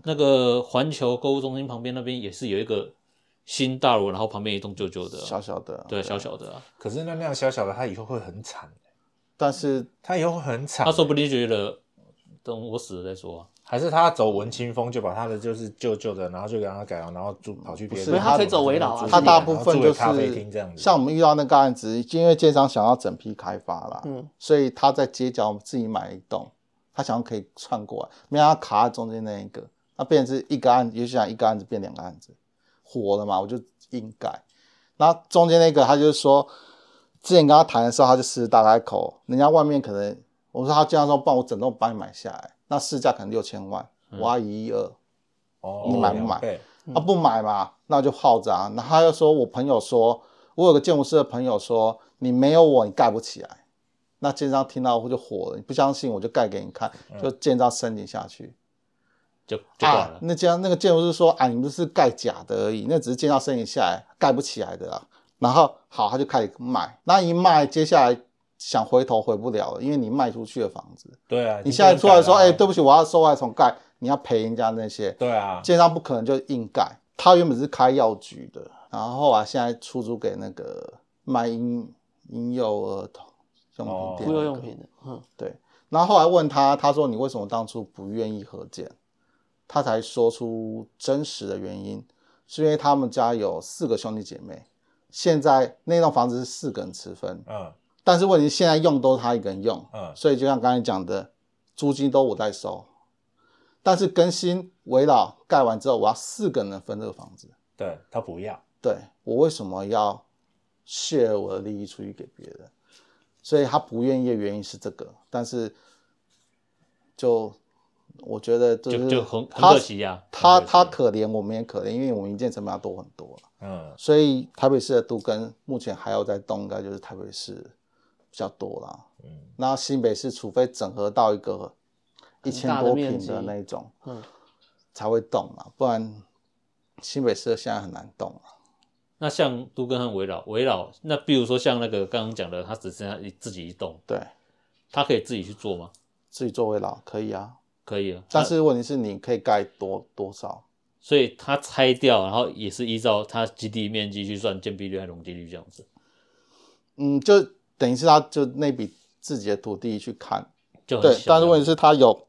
Speaker 4: 那个环球购物中心旁边那边也是有一个新大楼，然后旁边一栋旧旧的啊，
Speaker 5: 小小的啊，
Speaker 4: 对，小小的啊，
Speaker 2: 可是那那样小小的，它以后会很惨，
Speaker 5: 但是
Speaker 2: 它以后会很惨。
Speaker 5: 啊
Speaker 4: 他说不定觉得等我死了再说啊，
Speaker 2: 还是他走文青风，就把他的就是旧旧的，然后就给他改了，然后住跑去别
Speaker 5: 不
Speaker 2: 人。
Speaker 5: 是他可以
Speaker 1: 走围绕啊
Speaker 5: 它
Speaker 1: 他
Speaker 5: 大部分就
Speaker 2: 咖啡厅这
Speaker 5: 是
Speaker 2: 样子。
Speaker 5: 像我们遇到那个案子，因为建商想要整批开发啦，
Speaker 1: 嗯
Speaker 5: 所以他在街角自己买一栋，他想要可以串过来，没有他卡在中间那一个，那变成是一个案，也许想一个案子变两个案子，火了嘛，我就硬改。那中间那个他就是说，之前跟他谈的时候，他就狮子大开口，人家外面可能我说他经常说，帮我整栋帮你买下来，那市价可能六千万，
Speaker 2: 嗯
Speaker 5: 我要一亿二。
Speaker 2: 哦，
Speaker 5: 你买不买
Speaker 2: 两倍
Speaker 5: 他、啊不买嘛，那就耗着啊。那他又说，我朋友说，我有个建筑师的朋友说，你没有我，你盖不起来。那建商听到就火了，你不相信我就盖给你看，就建商申请下去。
Speaker 4: 就就挂
Speaker 5: 啊
Speaker 4: 了，。
Speaker 5: 那建商那个建筑师说啊，你们是盖假的而已，那只是建商申请下来盖不起来的啦。然后好，他就开始卖，那一卖，接下来想回头回不了了，因为你卖出去的房子，
Speaker 2: 对啊，
Speaker 5: 你现在出来说，
Speaker 2: 已经改
Speaker 5: 哎、对
Speaker 2: 了啊
Speaker 5: 不起，我要收外重盖，你要赔人家那些，
Speaker 2: 对啊，
Speaker 5: 建商不可能就硬盖。他原本是开药局的，然后后来现在出租给那个卖婴婴幼儿童用品店、
Speaker 1: 妇幼用。品的，嗯，
Speaker 5: 对，然后后来问他，他说你为什么当初不愿意合建？他才说出真实的原因，是因为他们家有四个兄弟姐妹，现在那栋房子是四个人吃分，
Speaker 2: 嗯
Speaker 5: 但是问题现在用都是他一个人用，
Speaker 2: 嗯
Speaker 5: 所以就像刚才讲的，租金都我在收，但是更新围绕盖完之后，我要四个人分这个房子，
Speaker 2: 对他不要，
Speaker 5: 对我为什么要 share 我的利益出去给别人？所以他不愿意的原因是这个，但是就我觉得就
Speaker 4: 就是就很很
Speaker 5: 他
Speaker 4: 可惜啊呀、
Speaker 5: 他他可怜，我们也可怜，因为我们一件成本要多很多了。
Speaker 2: 嗯，
Speaker 5: 所以台北市的都跟目前还要在动，应该就是台北市比较多啦。嗯，那新北市除非整合到一个一千
Speaker 1: 大的
Speaker 5: 多
Speaker 1: 面
Speaker 5: 平
Speaker 1: 积
Speaker 5: 的那种，
Speaker 1: 嗯，
Speaker 5: 才会动嘛，不然新北市现在很难动了。
Speaker 4: 那像都跟和围绕围绕，那比如说像那个刚刚讲的，他只剩下一自己一栋，
Speaker 5: 对，
Speaker 4: 他可以自己去做吗？
Speaker 5: 自己作为老可以
Speaker 1: 嗯
Speaker 5: 啊，
Speaker 4: 可以啊，
Speaker 5: 但
Speaker 4: 那
Speaker 5: 是问题是你可以盖多多少？
Speaker 4: 所以他拆掉，然后也是依照他基地面积去算建蔽率和容积率这样子。
Speaker 5: 嗯，就等于是他就那笔自己的土地去看，
Speaker 4: 就很
Speaker 5: 对，
Speaker 4: 小。
Speaker 5: 但是问题是它有，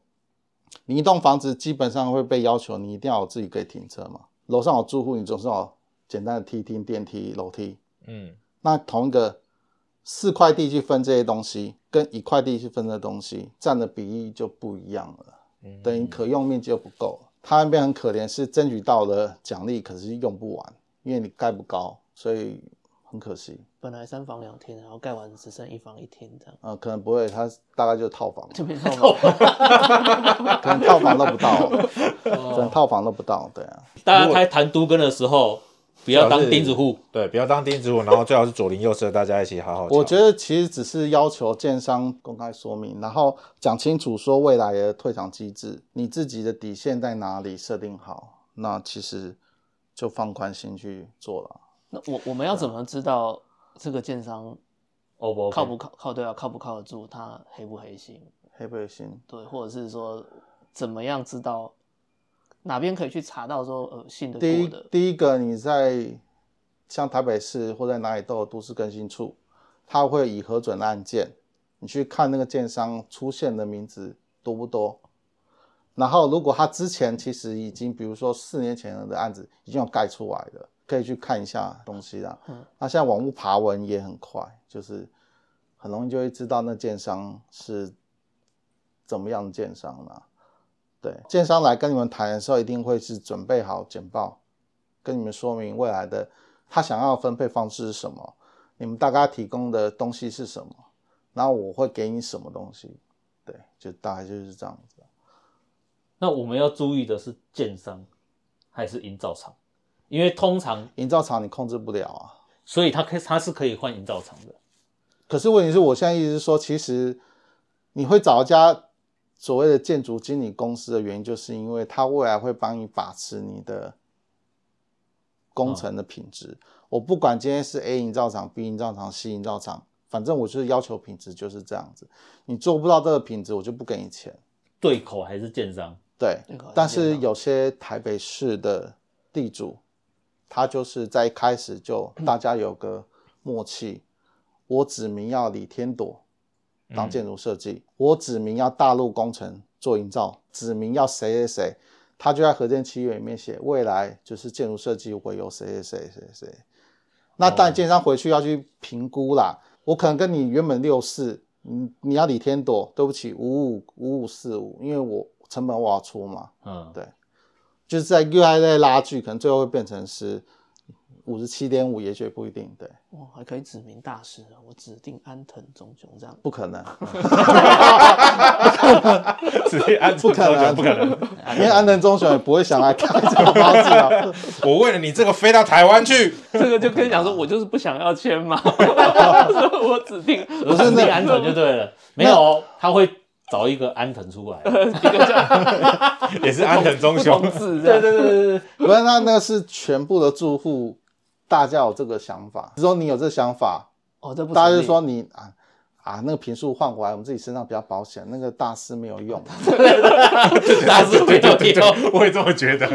Speaker 5: 你一栋房子基本上会被要求你一定要有自己可以停车嘛，楼上有住户，你总是要有简单的梯厅、电梯、楼梯。
Speaker 2: 嗯，
Speaker 5: 那同一个四块地去分这些东西，跟一块地去分这东西，占的比例就不一样了，
Speaker 2: 嗯
Speaker 5: 等于可用面积就不够了。它那边很可怜，是争取到了奖励，可是用不完，因为你盖不高，所以很可惜。
Speaker 1: 本来三房两厅，然后盖完只剩一房一厅这 样，
Speaker 5: 呃，可能不会，它大概就套房，
Speaker 1: 就没套房。
Speaker 5: 可能套房都不到，可能套房都不到，对啊。
Speaker 4: 大家在谈都跟的时候，不要当钉子户。
Speaker 2: 对，不要当钉子户，然后最好是左邻右舍，大家一起好好。
Speaker 5: 我觉
Speaker 2: 得，
Speaker 5: 得其实只是要求建商公开说明，然后讲清楚说未来的退场机制，你自己的底线在哪里设定好，那其实就放宽心去做了。
Speaker 1: 那我我们要怎么知道这个建商
Speaker 4: 哦不，
Speaker 1: 靠不靠靠对啊，靠不靠得住，他黑不黑心？
Speaker 5: 黑不黑心？
Speaker 1: 对，或者是说怎么样知道哪边可以去查到说呃信得
Speaker 5: 第
Speaker 1: 过
Speaker 5: 一
Speaker 1: 的，
Speaker 5: 第一个你在像台北市或在哪里都有都市更新处，它会以核准案件，你去看那个建商出现的名字多不多。然后，如果他之前其实已经，比如说四年前的案子已经有盖出来了，可以去看一下东西啦。
Speaker 1: 嗯
Speaker 5: 那现在网络爬文也很快，就是很容易就会知道那建商是怎么样的建商啦、对，建商来跟你们谈的时候，一定会是准备好简报，跟你们说明未来的他想要的分配方式是什么，你们大概提供的东西是什么，然后我会给你什么东西。对，就大概就是这样子。
Speaker 4: 那我们要注意的是建商还是营造厂，因为通常，
Speaker 5: 营造厂你控制不了啊。
Speaker 4: 所以它可以它是可以换营造厂的。
Speaker 5: 可是问题是我现在意思是说，其实你会找一家所谓的建筑经理公司的原因，就是因为他未来会帮你把持你的工程的品质。我不管今天是 A 营造厂、B 营造厂、C 营造厂，反正我就是要求品质就是这样子。你做不到这个品质，我就不给你钱。
Speaker 4: 对口还是建商，
Speaker 5: 对
Speaker 1: 那个，
Speaker 5: 但
Speaker 1: 很简
Speaker 5: 是
Speaker 1: 单
Speaker 5: 有些台北市的地主，他就是在一开始就大家有个默契，我指名要李天朵当建筑设计，我指名要大陆工程做营造，指名要谁谁谁，他就在合建契约里面写，未来就是建筑设计会由谁谁谁谁谁。那但建商回去要去评估啦，我可能跟你原本六四，你你要李天朵，对不起五五五五四五，因为我成本我要出嘛，
Speaker 4: 嗯，
Speaker 5: 对就是在又还在拉锯，可能最后会变成是五十七点五，也许不一定，对，
Speaker 1: 我还可以指名大师，我指定安藤忠雄这样。
Speaker 5: 不可能，
Speaker 2: 直接按住
Speaker 5: 不可能
Speaker 2: 不可能。
Speaker 5: 因为安藤忠雄也不会想来看这个房子啊。
Speaker 2: 我为了你这个飞到台湾去，
Speaker 1: 这个就跟你讲说，我就是不啊想要签嘛， 所以我指 定
Speaker 4: 不是那安藤就对了，没有哦，他会找一个安藤出来。
Speaker 2: 也是安藤忠
Speaker 1: 不
Speaker 2: 雄
Speaker 1: 同。字这样。
Speaker 4: 对对对，
Speaker 5: 不是，那那个是全部的住户，大家有这个想法，只有你有这想法，
Speaker 1: 哦，这不
Speaker 5: 大家就
Speaker 1: 成立
Speaker 5: 说你啊啊，那个平数换回来，我们自己身上比较保险，那个大师没有用。
Speaker 4: 大 师 没
Speaker 2: 对
Speaker 4: 有用。
Speaker 2: 对，我也这么觉得。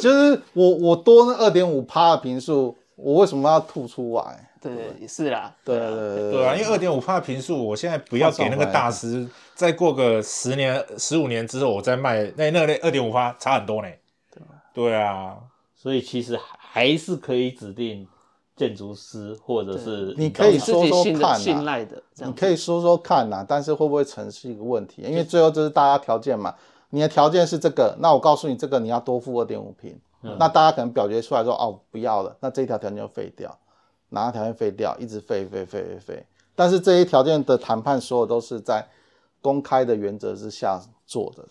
Speaker 5: 就是我我多那二点五趴的平数，我为什么要吐出来？
Speaker 1: 对，也是啦。
Speaker 5: 对对对
Speaker 2: 对啊，因为二点五帕的平数，我现在不要给那个大师，再过个十年、十五年之后，我再卖那那个二点五帕差很多呢。对啊，
Speaker 4: 所以其实还是可以指定建筑师或者是
Speaker 5: 你可以
Speaker 1: 自
Speaker 5: 说
Speaker 1: 己
Speaker 5: 说
Speaker 1: 信
Speaker 5: 看
Speaker 1: 的
Speaker 5: 啊
Speaker 1: 信赖的这
Speaker 5: 你
Speaker 1: 样子。
Speaker 5: 可以说说看呐、但是会不会成是一个问题？因为最后就是大家条件嘛，你的条件是这个，那我告诉你这个你要多付二点五平，那大家可能表决出来说哦不要了，那这一条条件就废掉，哪个条件废掉，一直废废废废废。但是这些条件的谈判，所有都是在公开的原则之下做的了。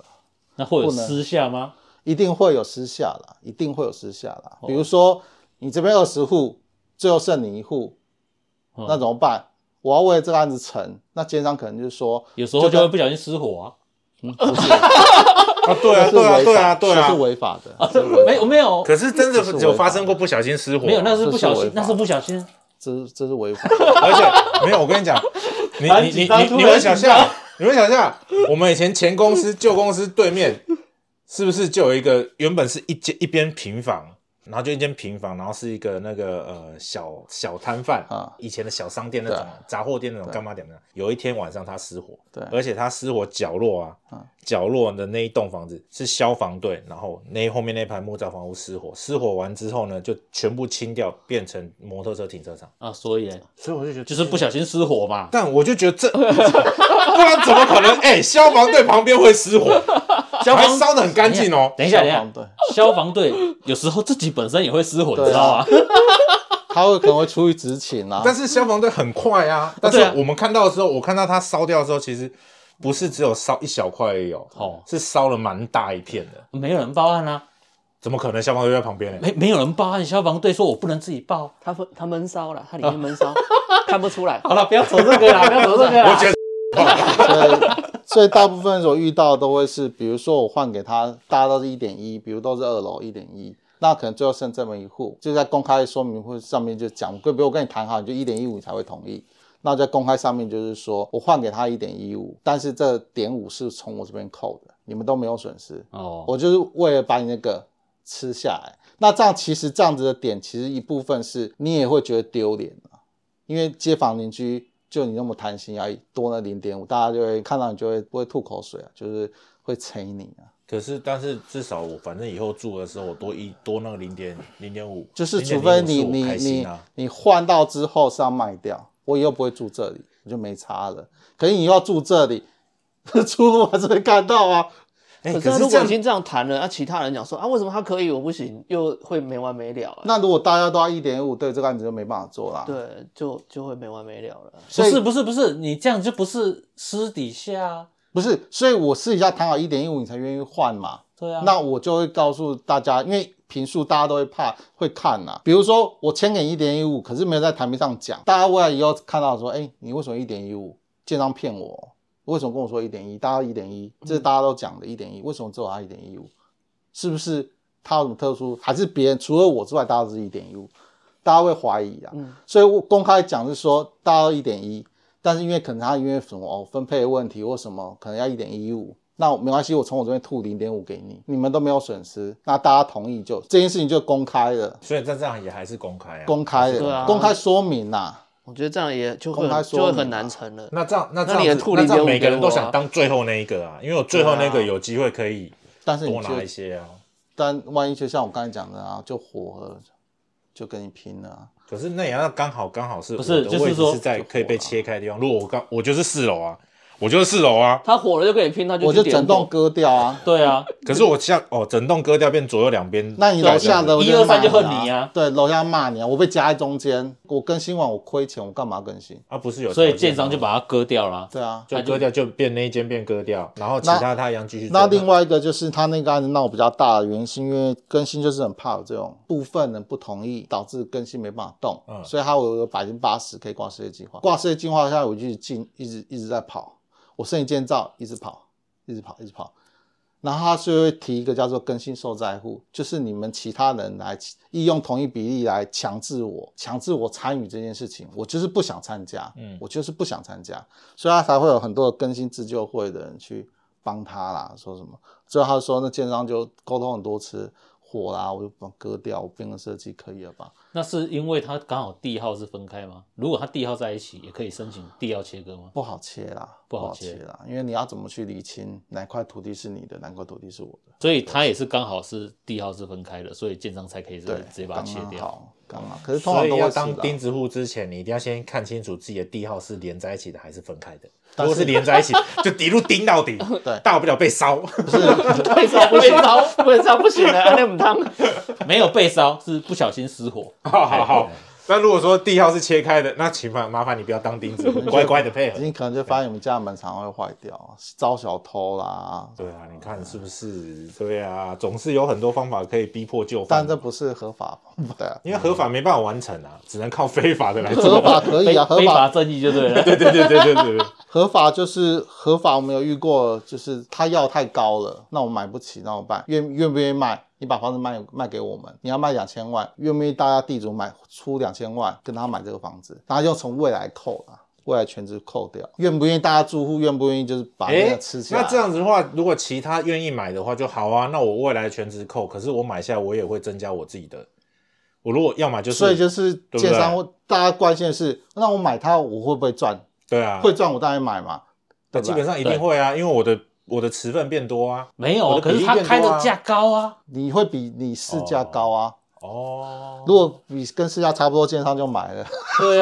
Speaker 4: 那会有
Speaker 5: 不能
Speaker 4: 私下吗？
Speaker 5: 一定会有私下啦，一定会有私下啦。比如说你这边二十户，最后剩你一户，
Speaker 4: 嗯
Speaker 5: 那怎么办？我要为了这个案子成，那奸商可能就是说，
Speaker 4: 有时候就
Speaker 5: 就
Speaker 4: 会不小心失火啊。
Speaker 2: 啊，对啊，
Speaker 5: 这
Speaker 2: 对
Speaker 5: 是
Speaker 2: 啊，
Speaker 5: 违
Speaker 2: 对
Speaker 5: 法
Speaker 2: 啊，对
Speaker 5: 这是
Speaker 2: 啊。
Speaker 5: 违法 的，这是违法
Speaker 4: 没有没有
Speaker 2: 可是真的
Speaker 5: 这是
Speaker 2: 有
Speaker 5: 违法
Speaker 2: 发生过不小心失火，啊
Speaker 4: 没有，那是不小
Speaker 5: 这是
Speaker 4: 心
Speaker 5: 违，法
Speaker 4: 那是不小心。
Speaker 5: 这这是违法。
Speaker 2: 而且没有，我跟你讲，你
Speaker 4: 蛮
Speaker 2: 你你
Speaker 4: 紧张
Speaker 2: 你你
Speaker 4: 突然
Speaker 2: 们想象，你们想象，我们以前前公司旧公司对面是不是就有一个原本是一间一边平房，然后就一间平房，然后是一个那个呃小小摊贩
Speaker 5: 啊
Speaker 2: 以前的小商店那种
Speaker 5: 对
Speaker 2: 杂货店那种
Speaker 5: 对
Speaker 2: 干妈店那种。有一天晚上他失火，
Speaker 5: 对
Speaker 2: 而且他失火角落啊，
Speaker 5: 啊
Speaker 2: 角落的那一栋房子是消防队，然后那后面那排木造房屋失火，失火完之后呢，就全部清掉，变成摩托车停车场。
Speaker 4: 啊，所以
Speaker 2: 所以我就觉得
Speaker 4: 就是不小心失火嘛。
Speaker 2: 但我就觉得这， 不然怎么可 能？哎、消防队旁边会失 火，
Speaker 4: 消
Speaker 2: 还
Speaker 4: 防
Speaker 2: 烧得很干净哦。
Speaker 4: 等一下，等一
Speaker 5: 消
Speaker 4: 下
Speaker 5: 防，队
Speaker 4: 消防队有时候自己本身也会失火，你
Speaker 5: 对啊
Speaker 4: 知道吗？
Speaker 5: 他会可能会出去执 勤啊，
Speaker 2: 但是消防队很快啊，但是
Speaker 4: 对啊
Speaker 2: 我们看到的时候，我看到它烧掉的时候，其实不是只有烧一小块而已哦，
Speaker 4: 哦
Speaker 2: 是烧了蛮大一片的。
Speaker 4: 没有人报案啊，
Speaker 2: 怎么可能消防队在旁边呢？
Speaker 4: 没没有人报案，消防队说我不能自己报。
Speaker 1: 他闷他闷烧了，他里面闷 烧，看不 出来。
Speaker 4: 好了，不要走这个啦，不要走这
Speaker 1: 啊
Speaker 4: 个啦。
Speaker 2: 我觉得
Speaker 5: 所以大部分所遇到都会是，比如说我换给他，大家都是一点一，比如都是二楼一点一，那可能最后剩这么一户，就在公开说明会上面就讲，比如我跟你谈好，你就一点一五才会同意。那在公开上面就是说我换给他一点一五，但是这点五是从我这边扣的，你们都没有损失，
Speaker 4: 哦，
Speaker 5: 我就是为了把你那个吃下来。那这样其实这样子的点，其实一部分是你也会觉得丢脸啊，因为街坊邻居就你那么贪心，要多那零点五，大家就会看到你就会不会吐口水啊，就是会捶你啊。
Speaker 2: 可是，但是至少我反正以后住的时候，我多一多那个零点零点五，
Speaker 5: 就是
Speaker 2: 0.05
Speaker 5: 除非你
Speaker 2: 是我
Speaker 5: 你
Speaker 2: 开
Speaker 5: 你
Speaker 2: 心啊，
Speaker 5: 你换到之后是要卖掉，我以后不会住这里，我就没差了。可是你要住这里， 出入还是会看到啊。
Speaker 2: 哎、
Speaker 1: 可是
Speaker 2: 可
Speaker 1: 他
Speaker 2: 是
Speaker 1: 如
Speaker 2: 这
Speaker 1: 果已
Speaker 2: 样
Speaker 1: 经这样谈了，那、其他人讲说啊，为什么他可以我不行，又会没完没了啊了。
Speaker 5: 那如果大家都要一点五，对这个案子就没办法做啦。
Speaker 1: 对，就就会没完没了了。
Speaker 4: 不
Speaker 5: 所以
Speaker 4: 是不是不是，你这样就不是私底下啊，
Speaker 5: 不是，所以我私底下谈好一点一五，你才愿意换嘛。
Speaker 4: 对啊。
Speaker 5: 那我就会告诉大家，因为评述大家都会怕会看呐、啊比如说我签给一点一五，可是没有在台面上讲，大家未来以后看到说，哎、你为什么一点一五？建商骗我，为什么跟我说一点一？大家一点一，这是大家都讲的一点一，为什么只有他一点一五？是不是他有什么特殊？还是别人除了我之外，大家都是一点一五？大家会怀疑啊。
Speaker 1: 嗯
Speaker 5: 所以我公开讲是说大家一点一，但是因为可能他因为什么哦分配的问题或什么，可能要一点一五。那没关系，我从我这边吐零点五给你，你们都没有损失，那大家同意就这件事情就公开了，
Speaker 2: 所以这这样也还是公开啊。
Speaker 5: 公开
Speaker 1: 对
Speaker 5: 了，
Speaker 1: 啊
Speaker 5: 公开说明啊呐、
Speaker 1: 我觉得这样也就会
Speaker 5: 公开
Speaker 1: 很
Speaker 5: 说
Speaker 1: 就会
Speaker 5: 明
Speaker 1: 很
Speaker 5: 啊
Speaker 1: 难成了。
Speaker 2: 那这样那这
Speaker 1: 那你也
Speaker 2: 样子
Speaker 1: 吐
Speaker 2: 那这
Speaker 1: 0.5
Speaker 2: 样每个人都
Speaker 1: 给我啊
Speaker 2: 想当最后那一个啊，因为我最后那个
Speaker 1: 对啊
Speaker 2: 有机会可以
Speaker 5: 但是你
Speaker 2: 多
Speaker 5: 就
Speaker 2: 拿一些啊。
Speaker 5: 但万一就像我刚才讲的啊，就火了，就跟你拼了、啊。
Speaker 2: 可是那也要刚好刚好是
Speaker 4: 不是
Speaker 2: 我的
Speaker 4: 就是
Speaker 2: 位置
Speaker 4: 说
Speaker 2: 是在可以被切开的地方。如果我刚我就是四楼啊，我就是四楼啊。
Speaker 1: 他火了就可以拼，他就
Speaker 5: 我
Speaker 1: 去
Speaker 5: 就
Speaker 1: 点
Speaker 5: 整栋
Speaker 1: 火。
Speaker 5: 割掉啊，
Speaker 4: 对啊，
Speaker 2: 可是我像哦，整栋割掉变左右两边。
Speaker 5: 那你楼下的
Speaker 4: 对
Speaker 5: 我就骂
Speaker 4: 123就恨你啊
Speaker 5: 啊，对，楼下骂你啊，我被夹在中间，我更新完我亏钱，我干嘛更新？
Speaker 2: 啊，不是有条件吗，
Speaker 4: 所以建商就把它割掉了啊。
Speaker 5: 对啊，
Speaker 2: 就割掉，就变那一间变割掉，然后其他他一样继续做。
Speaker 5: 那另外一个就是他那个案子闹比较大的原因，是因为更新就是很怕有这种部分人不同意，导致更新没办法动，
Speaker 2: 嗯
Speaker 5: 所以他有个百分之八十可以挂事业计划。挂事业计划下，我就进一直一直在跑，我生意建造一直跑，一直跑，一直跑。然后他就会提一个叫做更新受灾户，就是你们其他人来利用同一比例来强制我，强制我参与这件事情，我就是不想参加，
Speaker 2: 嗯
Speaker 5: 我就是不想参加，所以他才会有很多的更新自救会的人去帮他啦，说什么，最后他说那建商就沟通很多次，火啦，我就把它割掉，我变个设计可以了吧？
Speaker 4: 那是因为它刚好地号是分开吗？如果它地号在一起，也可以申请地号切割吗？
Speaker 5: 不好切啦，
Speaker 4: 不好
Speaker 5: 好
Speaker 4: 切
Speaker 5: 啦，因为你要怎么去理清哪块土地是你的，哪块土地是我的。
Speaker 4: 所以它也是刚好是地号是分开的，所以建商才可以直
Speaker 5: 对，
Speaker 4: 接把它切
Speaker 5: 刚刚
Speaker 4: 掉。
Speaker 5: 好，刚好。可是通
Speaker 2: 所
Speaker 5: 常都
Speaker 2: 以
Speaker 5: 会
Speaker 2: 要
Speaker 5: 是
Speaker 2: 当
Speaker 5: 的啊
Speaker 2: 钉子户之前，你一定要先看清楚自己的地号是连在一起的还是分开的。如
Speaker 5: 但是
Speaker 2: 果是连在一起，就一路钉到底，
Speaker 5: 对
Speaker 2: 大不了被烧。
Speaker 1: 被烧不行，烧被烧不行了，那不当。
Speaker 4: 没有被烧，是不小心失火。
Speaker 2: 好好好。那如果说地号是切开的，那请烦麻烦你不要当钉子户，乖乖的配合。
Speaker 5: 你可能就发现你们家的门常常会坏掉，招小偷啦。
Speaker 2: 对啊，你看是不是？对啊，总是有很多方法可以逼迫就范
Speaker 5: 但
Speaker 2: 嘛。
Speaker 5: 这不是合法方 法呀、
Speaker 2: 因为合法没办法完成啊，只能靠非法的来
Speaker 5: 合
Speaker 2: 做。
Speaker 5: 法可以啊，
Speaker 4: 非
Speaker 5: 合
Speaker 4: 非法
Speaker 5: 法
Speaker 4: 正义就对了。
Speaker 2: 对对对对对对对。
Speaker 5: 合法就是合法，我们有遇过，就是他要太高了，那我买不起，那怎么办？愿愿不愿意卖？你把房子卖卖给我们，你要卖两千万，愿不愿意大家地主买出两千万跟他买这个房子？然后又从未来扣啊，未来全值扣掉，愿不愿意大家住户愿不愿意就是把那
Speaker 2: 哎
Speaker 5: 个吃，起 来？
Speaker 2: 那这样子的话，如果其他愿意买的话就好啊。那我未来全职扣，可是我买下我也会增加我自己的我如果要么就是，
Speaker 5: 所以就是
Speaker 2: 不
Speaker 5: 建商
Speaker 2: 对
Speaker 5: 会大家关心的是，那我买它我会不会赚？
Speaker 2: 对啊，
Speaker 5: 会赚我当然买嘛。
Speaker 2: 那
Speaker 5: 对
Speaker 2: 基
Speaker 5: 吧
Speaker 2: 本上一定会啊，因为我的我的持份变多啊。
Speaker 4: 没有，
Speaker 2: 我
Speaker 4: 啊，
Speaker 2: 的
Speaker 4: 可
Speaker 2: 比
Speaker 4: 是
Speaker 2: 例
Speaker 4: 他
Speaker 2: 变
Speaker 4: 开
Speaker 2: 多
Speaker 4: 的
Speaker 2: 啊
Speaker 4: 价高啊，
Speaker 5: 你会比你市价高啊。
Speaker 2: 哦，
Speaker 5: 如果比跟市价差不多，建商就买了。
Speaker 4: 对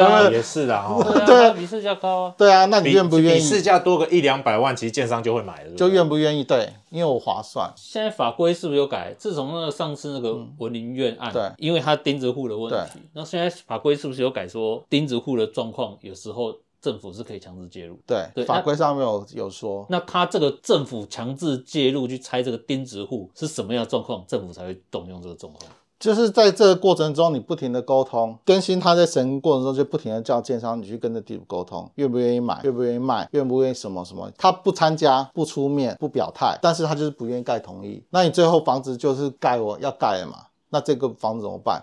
Speaker 4: 啊，
Speaker 2: 也是啦，哦，
Speaker 4: 对啊，他比市价高啊，
Speaker 5: 对啊，那你
Speaker 2: 比
Speaker 5: 愿不愿
Speaker 2: 比市
Speaker 5: 意？
Speaker 2: 价多个一两百万，其实建商就会买了，
Speaker 5: 就
Speaker 2: 愿
Speaker 5: 愿不愿意？对，因为我划算。
Speaker 4: 现在法规是不是有改？自从那个上次那个文林院案，
Speaker 5: 对
Speaker 4: 因为他钉子户的问题，那现在法规是不是有改说钉子户的状况，有时候政府是可以强制介入？
Speaker 5: 对，
Speaker 4: 对
Speaker 5: 法
Speaker 4: 那
Speaker 5: 规上面有有说，
Speaker 4: 那他这个政府强制介入去拆这个钉子户是什么样的状况，政府才会动用这个状况？
Speaker 5: 就是在这个过程中，你不停的沟通更新，他在审核过程中就不停的叫建商你去跟着地主沟通，愿不愿意买，愿不愿意卖，愿不愿意什么什么。他不参加，不出面，不表态，但是他就是不愿意盖同意。那你最后房子就是盖我要盖了嘛？那这个房子怎么办？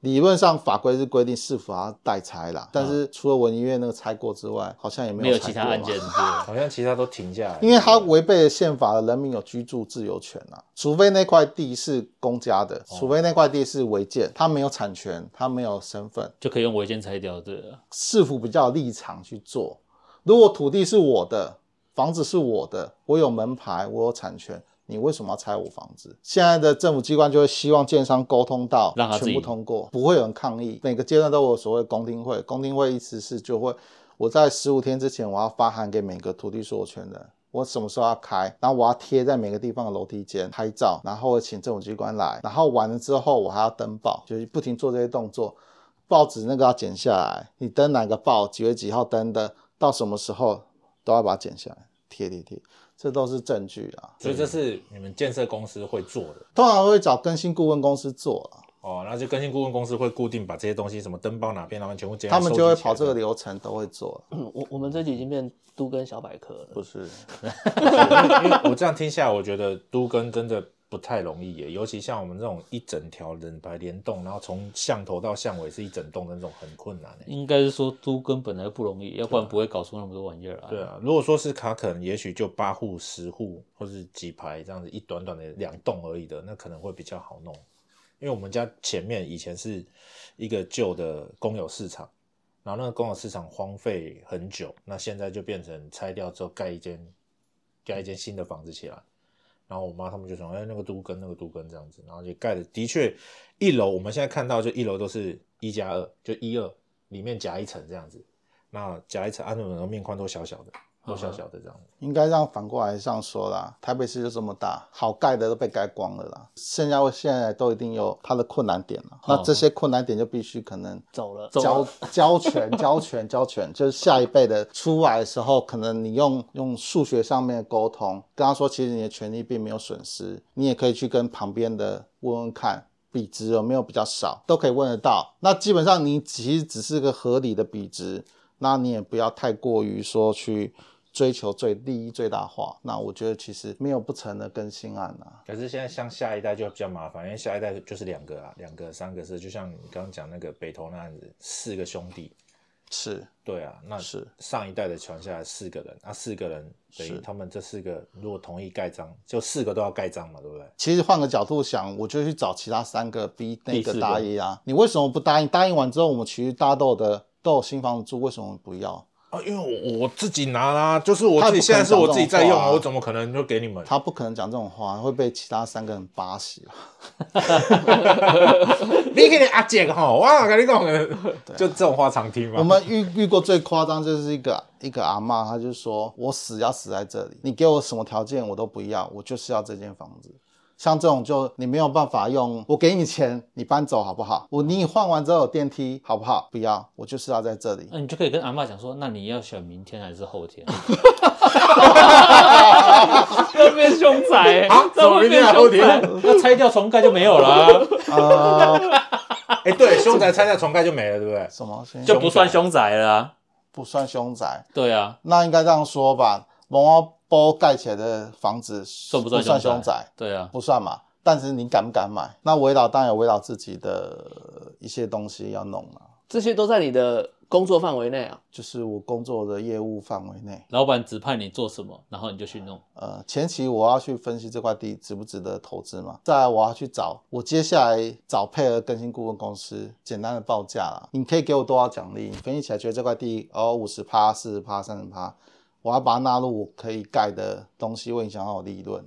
Speaker 5: 理论上法规是规定市府要代拆啦，但是除了文艺院那个拆过之外，好像也没
Speaker 4: 啊没有
Speaker 5: 拆
Speaker 4: 其他
Speaker 5: 过
Speaker 4: 案
Speaker 5: 嘛
Speaker 4: 件是不是？
Speaker 2: 好像其他都停下来，
Speaker 5: 因为它违背了宪法的人民有居住自由权啊，除非那块地是公家的，除非那块地是违建，它没有产权，它没有身份，
Speaker 4: 就可以用违建拆掉，对啊，
Speaker 5: 市府比较有立场去做。如果土地是我的，房子是我的，我有门牌，我有产权，你为什么要拆我房子？现在的政府机关就会希望建商沟通到
Speaker 4: 让他自己
Speaker 5: 全部通过，不会有人抗议。每个阶段都有所谓公听会，公听会意思是就会我在十五天之前，我要发函给每个土地所有权人。我什么时候要开，然后我要贴在每个地方的楼梯间拍照，然后请政府机关来，然后完了之后我还要登报，就是不停做这些动作。报纸那个要剪下来，你登哪个报，几月几号登的，到什么时候都要把它剪下来，贴贴贴，这都是证据啊。
Speaker 2: 所以这是你们建设公司会做的
Speaker 5: 通常会找更新顾问公司做啊，
Speaker 2: 哦。然后就更新顾问公司会固定把这些东西，什么登报哪边，然后全部建
Speaker 5: 他们就会跑这个
Speaker 2: 里。
Speaker 5: 流程，都会做啊。
Speaker 1: 嗯我我们这集已经变都跟小百科了，
Speaker 5: 不是，
Speaker 2: 因为我这样听下来，我觉得都跟真的不太容易耶，尤其像我们这种一整条人牌联动，然后从巷头到巷尾是一整栋的那种，很困难耶。
Speaker 4: 应该是说都根本来不容易，要不然不会搞出那么多玩意儿来。
Speaker 2: 对啊，如果说是卡肯，也许就八户、十户或是几排这样子，一短短的两栋而已的，那可能会比较好弄。因为我们家前面以前是一个旧的公有市场，然后那个公有市场荒废很久，那现在就变成拆掉之后盖一间盖一间新的房子起来。然后我妈他们就说：“哎，那个都跟那个都跟这样子。”然后就盖的的确一楼，我们现在看到就一楼都是一加二，就一二里面夹一层这样子。那夹一层，安伦的面宽都小小的，都小小的这样子。
Speaker 5: 应该让反过来这样说啦。台北市就这么大，好盖的都被盖光了啦，剩下现在都一定有它的困难点了。那这些困难点就必须可能
Speaker 1: 走了，
Speaker 5: 交交权、交权、交权，就是下一辈的出来的时候，可能你用用数学上面的沟通，跟他说，其实你的权利并没有损失，你也可以去跟旁边的问问看。比值有没有比较少，都可以问得到。那基本上你其实只是个合理的比值，那你也不要太过于说去追求最利益最大化。那我觉得其实没有不成的更新案啊。
Speaker 2: 可是现在像下一代就比较麻烦，因为下一代就是两个啊，两个、三个是，就像你刚刚讲那个北投那案子，四个兄弟，
Speaker 5: 是
Speaker 2: 对啊，那
Speaker 5: 是
Speaker 2: 上一代的传下来四个人，那、啊四个人等于
Speaker 5: 是
Speaker 2: 他们这四个如果同意盖章，就四个都要盖章嘛，对不对？
Speaker 5: 其实换个角度想，我就去找其他三个逼那
Speaker 4: 第四
Speaker 5: 个
Speaker 4: 个
Speaker 5: 答应啊。你为什么不答应？答应完之后，我们其实大家都有的都有新房子住，为什么不要？
Speaker 2: 啊，因为我我自己拿啦、就是我
Speaker 5: 他
Speaker 2: 自己
Speaker 5: 也不
Speaker 2: 现在是我自己在用
Speaker 5: 可能讲这种话
Speaker 2: 啊，
Speaker 5: 啊
Speaker 2: 我怎么可能就给你们？
Speaker 5: 他不可能讲这种话，会被其他三个人巴死啊。
Speaker 2: 你给你阿姐哈，哇，跟你 讲，就这种话常听嘛。
Speaker 5: 啊我们遇遇过最夸张就是一个一个阿嬷，她就说我死要死在这里，你给我什么条件我都不要，我就是要这间房子。像这种就你没有办法用，我给你钱，你搬走好不好？我你换完之后有电梯好不好？不要，我就是要在这里。
Speaker 4: 那你就可以跟阿嬷讲说，那你要选明天还是 后天？
Speaker 1: 又变凶宅、欸
Speaker 2: 啊，怎么明天还后天？
Speaker 4: 那拆掉重盖就没有了啊、
Speaker 5: 呃，
Speaker 2: 哎、对，凶宅拆掉重盖就没了，对不对？
Speaker 5: 什么？
Speaker 4: 就不算凶宅了、啊。
Speaker 5: 不算凶宅。
Speaker 4: 对啊，
Speaker 5: 那应该这样说吧，蒙阿波盖起来的房子算
Speaker 4: 不算
Speaker 5: 算
Speaker 4: 凶宅
Speaker 5: 凶宅？
Speaker 4: 对啊，
Speaker 5: 不算嘛。但是你敢不敢买？那围绕当然有围绕自己的呃一些东西要弄嘛。
Speaker 1: 这些都在你的工作范围内啊，
Speaker 5: 就是我工作的业务范围内。
Speaker 4: 老板指派你做什么，然后你就去弄。
Speaker 5: 呃，前期我要去分析这块地值不值得投资嘛，再来我要去找我接下来找配合更新顾问公司简单的报价啦，你可以给我多少奖励？你分析起来觉得这块地哦五十趴、四十趴、三十趴，我要把它纳入我可以盖的东西，会影响到我利润。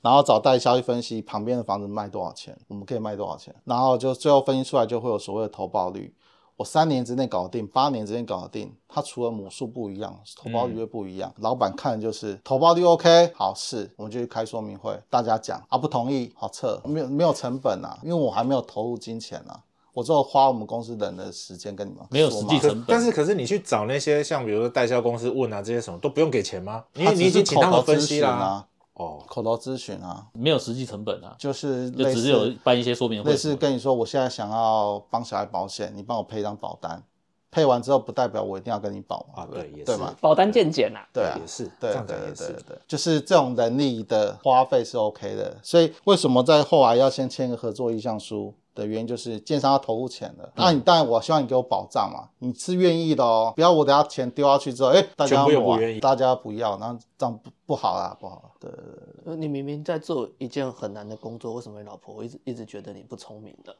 Speaker 5: 然后找代销去分析旁边的房子卖多少钱，我们可以卖多少钱，然后就最后分析出来就会有所谓的投报率。我三年之内搞定，八年之内搞定。它除了母数不一样，投报率会不一样。老板看的就是投报率 OK，好是，我们就去开说明会，大家讲啊，不同意，好撤，没有没有成本啊，因为我还没有投入金钱啊，我只有花我们公司人的时间跟你们
Speaker 4: 没有
Speaker 5: 说
Speaker 4: 实
Speaker 5: 嘛
Speaker 4: 际成
Speaker 2: 可
Speaker 4: 本
Speaker 2: 但是可是你去找那些像比如说代销公司问啊这些什么都不用给钱吗？你
Speaker 5: 他只
Speaker 2: 你已经
Speaker 5: 是
Speaker 2: 请
Speaker 5: 口
Speaker 2: 他
Speaker 5: 头
Speaker 2: 们分
Speaker 5: 咨
Speaker 2: 析
Speaker 5: 询
Speaker 2: 啦、
Speaker 5: 啊，
Speaker 2: 哦，
Speaker 5: 口头咨询啊，
Speaker 4: 没有实际成本啊，
Speaker 5: 就是
Speaker 4: 就
Speaker 5: 类
Speaker 4: 只
Speaker 5: 似
Speaker 4: 是有办一些说明会
Speaker 5: 类
Speaker 4: 什么
Speaker 5: 似
Speaker 4: 的。
Speaker 5: 跟你说，我现在想要帮小孩保险，你帮我配一张保单，配完之后不代表我一定要跟你保嘛，
Speaker 2: 啊
Speaker 5: 对不
Speaker 2: 对也
Speaker 5: 对
Speaker 2: 是
Speaker 5: 嘛，
Speaker 1: 保单见检啊，
Speaker 5: 对啊
Speaker 2: 也，是这
Speaker 5: 对对
Speaker 2: 样讲
Speaker 5: 对
Speaker 2: 也
Speaker 5: 对
Speaker 2: 是。
Speaker 5: 对，就是这种人力的花费是 OK 的，所以为什么在后来要先签个合作意向书的原因，就是建商要投入钱的。
Speaker 2: 嗯
Speaker 5: 那你当然我希望你给我保障嘛，你是愿意的哦，不要我等下钱丢下去之后，哎，大家
Speaker 2: 全部又
Speaker 5: 要抹
Speaker 2: 不愿意
Speaker 5: 大家不要，然后这样不不好啦，不好啦，对对对。
Speaker 1: 呃你明明在做一件很难的工作，为什么你老婆一直一直觉得你不聪明的？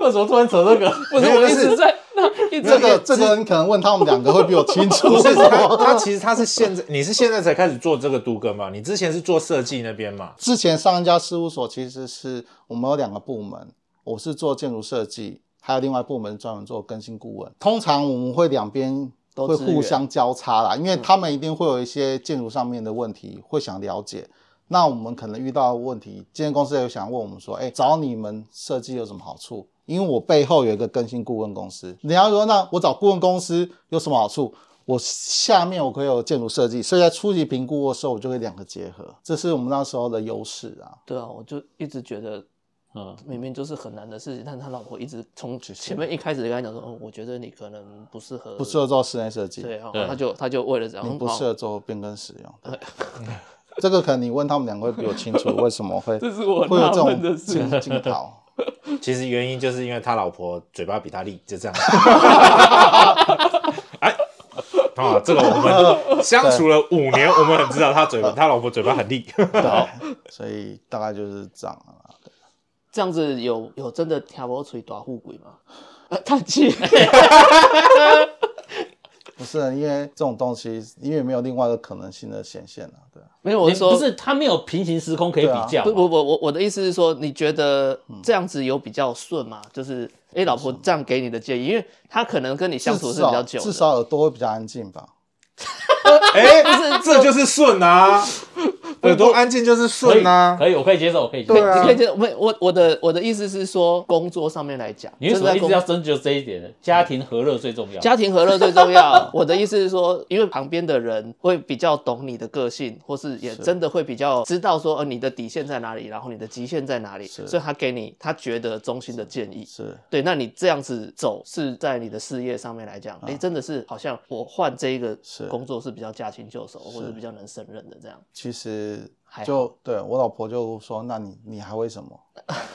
Speaker 1: 为什么突然扯这个？不是
Speaker 2: 没有
Speaker 1: 我
Speaker 2: 但
Speaker 1: 一
Speaker 2: 是
Speaker 1: 直在那一直
Speaker 5: 这个
Speaker 1: 在
Speaker 5: 这个你可能问他们两个会比我清楚
Speaker 2: 不
Speaker 5: 是
Speaker 2: 是
Speaker 5: 什
Speaker 2: 他， 他
Speaker 5: 么。
Speaker 2: 其实他是现在，你是现在才开始做这个都更嘛？你之前是做设计那边嘛？
Speaker 5: 之前上一家事务所其实是我们有两个部门，我是做建筑设计，还有另外部门专门做更新顾问。通常我们会两边
Speaker 1: 都
Speaker 5: 会
Speaker 1: 支援嗯
Speaker 5: 互相交叉啦，因为他们一定会有一些建筑上面的问题会想了解。那我们可能遇到的问题，建筑公司也想问我们说，哎、找你们设计有什么好处？因为我背后有一个更新顾问公司，你要说那我找顾问公司有什么好处？我下面我可以有建筑设计，所以在初级评估的时候，我就会两个结合，这是我们那时候的优势啊。
Speaker 1: 对啊，我就一直觉得
Speaker 4: 嗯，
Speaker 1: 明明就是很难的事情，但他老婆一直从前面一开始就跟他讲说，哦，我觉得你可能不适合，
Speaker 5: 不适合做室内设计，
Speaker 1: 对，然后
Speaker 4: 对
Speaker 1: 他就他就为了这样，
Speaker 5: 你
Speaker 1: 嗯
Speaker 5: 不
Speaker 1: 好
Speaker 5: 适合做变更使用。对这个可能你问他们两个会比 我清楚为什么会
Speaker 1: 这是我
Speaker 5: 会有这
Speaker 1: 纳闷
Speaker 5: 种
Speaker 1: 的事
Speaker 5: 镜镜头。
Speaker 2: 其实原因就是因为他老婆嘴巴比他利，就这样。 哎，啊，这个我们相处了五年，我们很知道他嘴巴，他老婆嘴巴很利。
Speaker 5: 对， 所以大概就是这样啊了啦。
Speaker 1: 这样子有有真的挑拨出大富贵吗？ 呃叹气，
Speaker 5: 不是，啊因为这种东西，因为没有另外一个可能性的显现了、啊，对啊。
Speaker 1: 没有，我
Speaker 4: 你
Speaker 1: 是说
Speaker 4: 不是他没有平行时空可以比较嘛，
Speaker 1: 不不不，我我的意思是说，你觉得
Speaker 5: 嗯
Speaker 1: 这样子有比较顺吗？就是哎、诶老婆这样给你的建议，因为她可能跟你相处是比较久的，
Speaker 5: 至少至少耳朵会比较安静吧。
Speaker 2: 哎
Speaker 1: 不是，
Speaker 2: 这就是顺啊，耳朵安静就是
Speaker 4: 可以
Speaker 2: 顺啊。
Speaker 4: 可以，我可以接受，我可以接
Speaker 1: 你
Speaker 4: 受。
Speaker 2: 对啊
Speaker 1: 你可以觉得没我我的我的意思是说，工作上面来讲，
Speaker 4: 你为什
Speaker 1: 真
Speaker 4: 么
Speaker 1: 的在
Speaker 4: 一直
Speaker 1: 工
Speaker 4: 要深究这一点呢？家庭和乐最重要。
Speaker 1: 家庭和乐最重 要。我的意思是说，因为旁边的人会比较懂你的个性，或是也真的会比较知道说，呃，你的底线在哪里，然后你的极限在哪里，
Speaker 5: 是
Speaker 1: 所以他给你他觉得中心的建议。
Speaker 5: 是，
Speaker 1: 对，那你这样子走是在你的事业上面来讲，哎、真的是好像我换这一个
Speaker 5: 啊是
Speaker 1: 工作是比较驾轻就熟，或者比较能胜任的这样。
Speaker 5: 其实
Speaker 1: 还好
Speaker 5: 就对我老婆就说：“那你你还会什么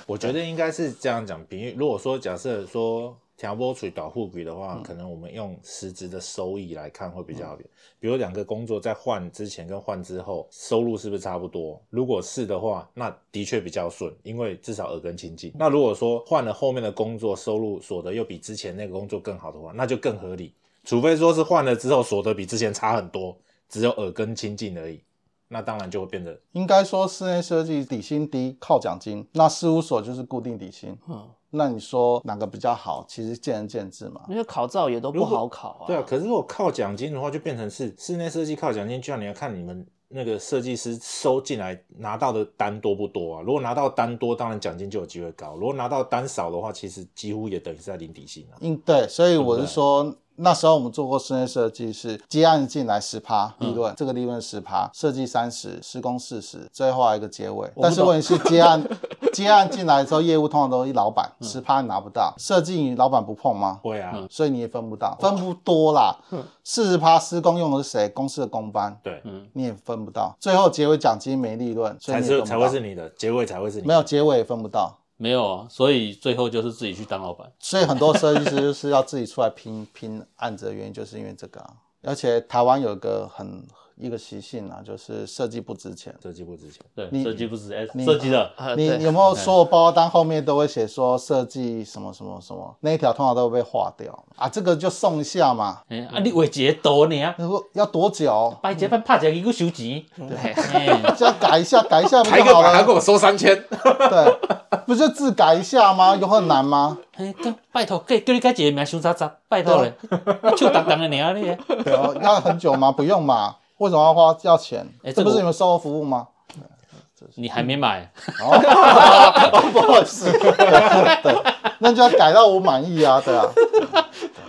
Speaker 2: 我觉得应该是这样讲，比喻如果说假设说调拨水导互比的话，可能我们用实质的收益来看会比较好。比如两个工作在换之前跟换之后收入是不是差不多？如果是的话，那的确比较顺，因为至少耳根清净。那如果说换了后面的工作，收入所得又比之前那个工作更好的话，那就更合理。除非说是换了之后所得比之前差很多，只有耳根清净而已，那当然就会变得？”
Speaker 5: 应该说室内设计底薪低，靠奖金；那事务所就是固定底薪。
Speaker 1: 嗯，
Speaker 5: 那你说哪个比较好？其实见仁见智嘛。
Speaker 1: 因为考照也都不
Speaker 2: 如果
Speaker 1: 好考啊。
Speaker 2: 对啊，可是如果靠奖金的话，就变成是室内设计靠奖金，就像你要看你们那个设计师收进来拿到的单多不多啊。如果拿到单多，当然奖金就有机会高；如果拿到单少的话，其实几乎也等于是在零底薪啊。
Speaker 5: 嗯，对，所以我是说，那时候我们做过室内设计，是接案进来十趴
Speaker 2: 嗯
Speaker 5: 利润，这个利润十趴，设计三十，施工四十，最后还有一个结尾。但是问题是接案接案进来之后，业务通常都是老板，
Speaker 2: 嗯
Speaker 5: 十趴你拿不到，设计你老板不碰吗？
Speaker 2: 会啊，
Speaker 5: 所以你也分不到，分不多啦。
Speaker 2: 嗯
Speaker 5: 四十趴施工用的是谁？公司的工班，
Speaker 2: 对，
Speaker 5: 你也分嗯不到。最后结尾奖金没利润，所以
Speaker 2: 才
Speaker 5: 你也
Speaker 2: 是
Speaker 5: 分不
Speaker 2: 才
Speaker 5: 到
Speaker 2: 会是你的结尾才会是你的
Speaker 5: 没有结尾也分不到，
Speaker 4: 没有啊，所以最后就是自己去当老板。
Speaker 5: 所以很多设计师就是要自己出来拼拼案子的原因，就是因为这个啊。而且台湾有一个很一个习性啊，就是设计不值钱。
Speaker 2: 设计部之前，
Speaker 4: 对，
Speaker 5: 你
Speaker 4: 设计不是哎
Speaker 5: 你
Speaker 4: 设计的，
Speaker 1: 呃，
Speaker 5: 你
Speaker 1: 对
Speaker 5: 有没有所有报告单后面都会写说设计什么什么什么？那一条通常都会被划掉啊，这个就送一下嘛。
Speaker 4: 哎啊，你伟杰多呢啊，
Speaker 5: 他说要多久？
Speaker 4: 白杰班拍起来一个收钱，
Speaker 1: 对
Speaker 4: 哎，
Speaker 5: 就要改一下，改一下不
Speaker 2: 还
Speaker 5: 就
Speaker 2: 给我
Speaker 5: 好
Speaker 2: 还给
Speaker 5: 了？
Speaker 2: 我收三千，
Speaker 5: 对，不就自改一下吗？有很难吗？
Speaker 4: 哎，对拜托，给叫你改一个名，收啥啥，拜托嘞，就当当的你啊你，
Speaker 5: 对啊，要很久吗？不用嘛。为什么要花要钱？
Speaker 4: 哎
Speaker 5: 这
Speaker 4: 这
Speaker 5: 不
Speaker 4: 个
Speaker 5: 是
Speaker 4: 我
Speaker 5: 你们售后服务吗？
Speaker 4: 你还没买，
Speaker 5: 哦，不好意思，对对， 那就要改到我满意啊，对 啊，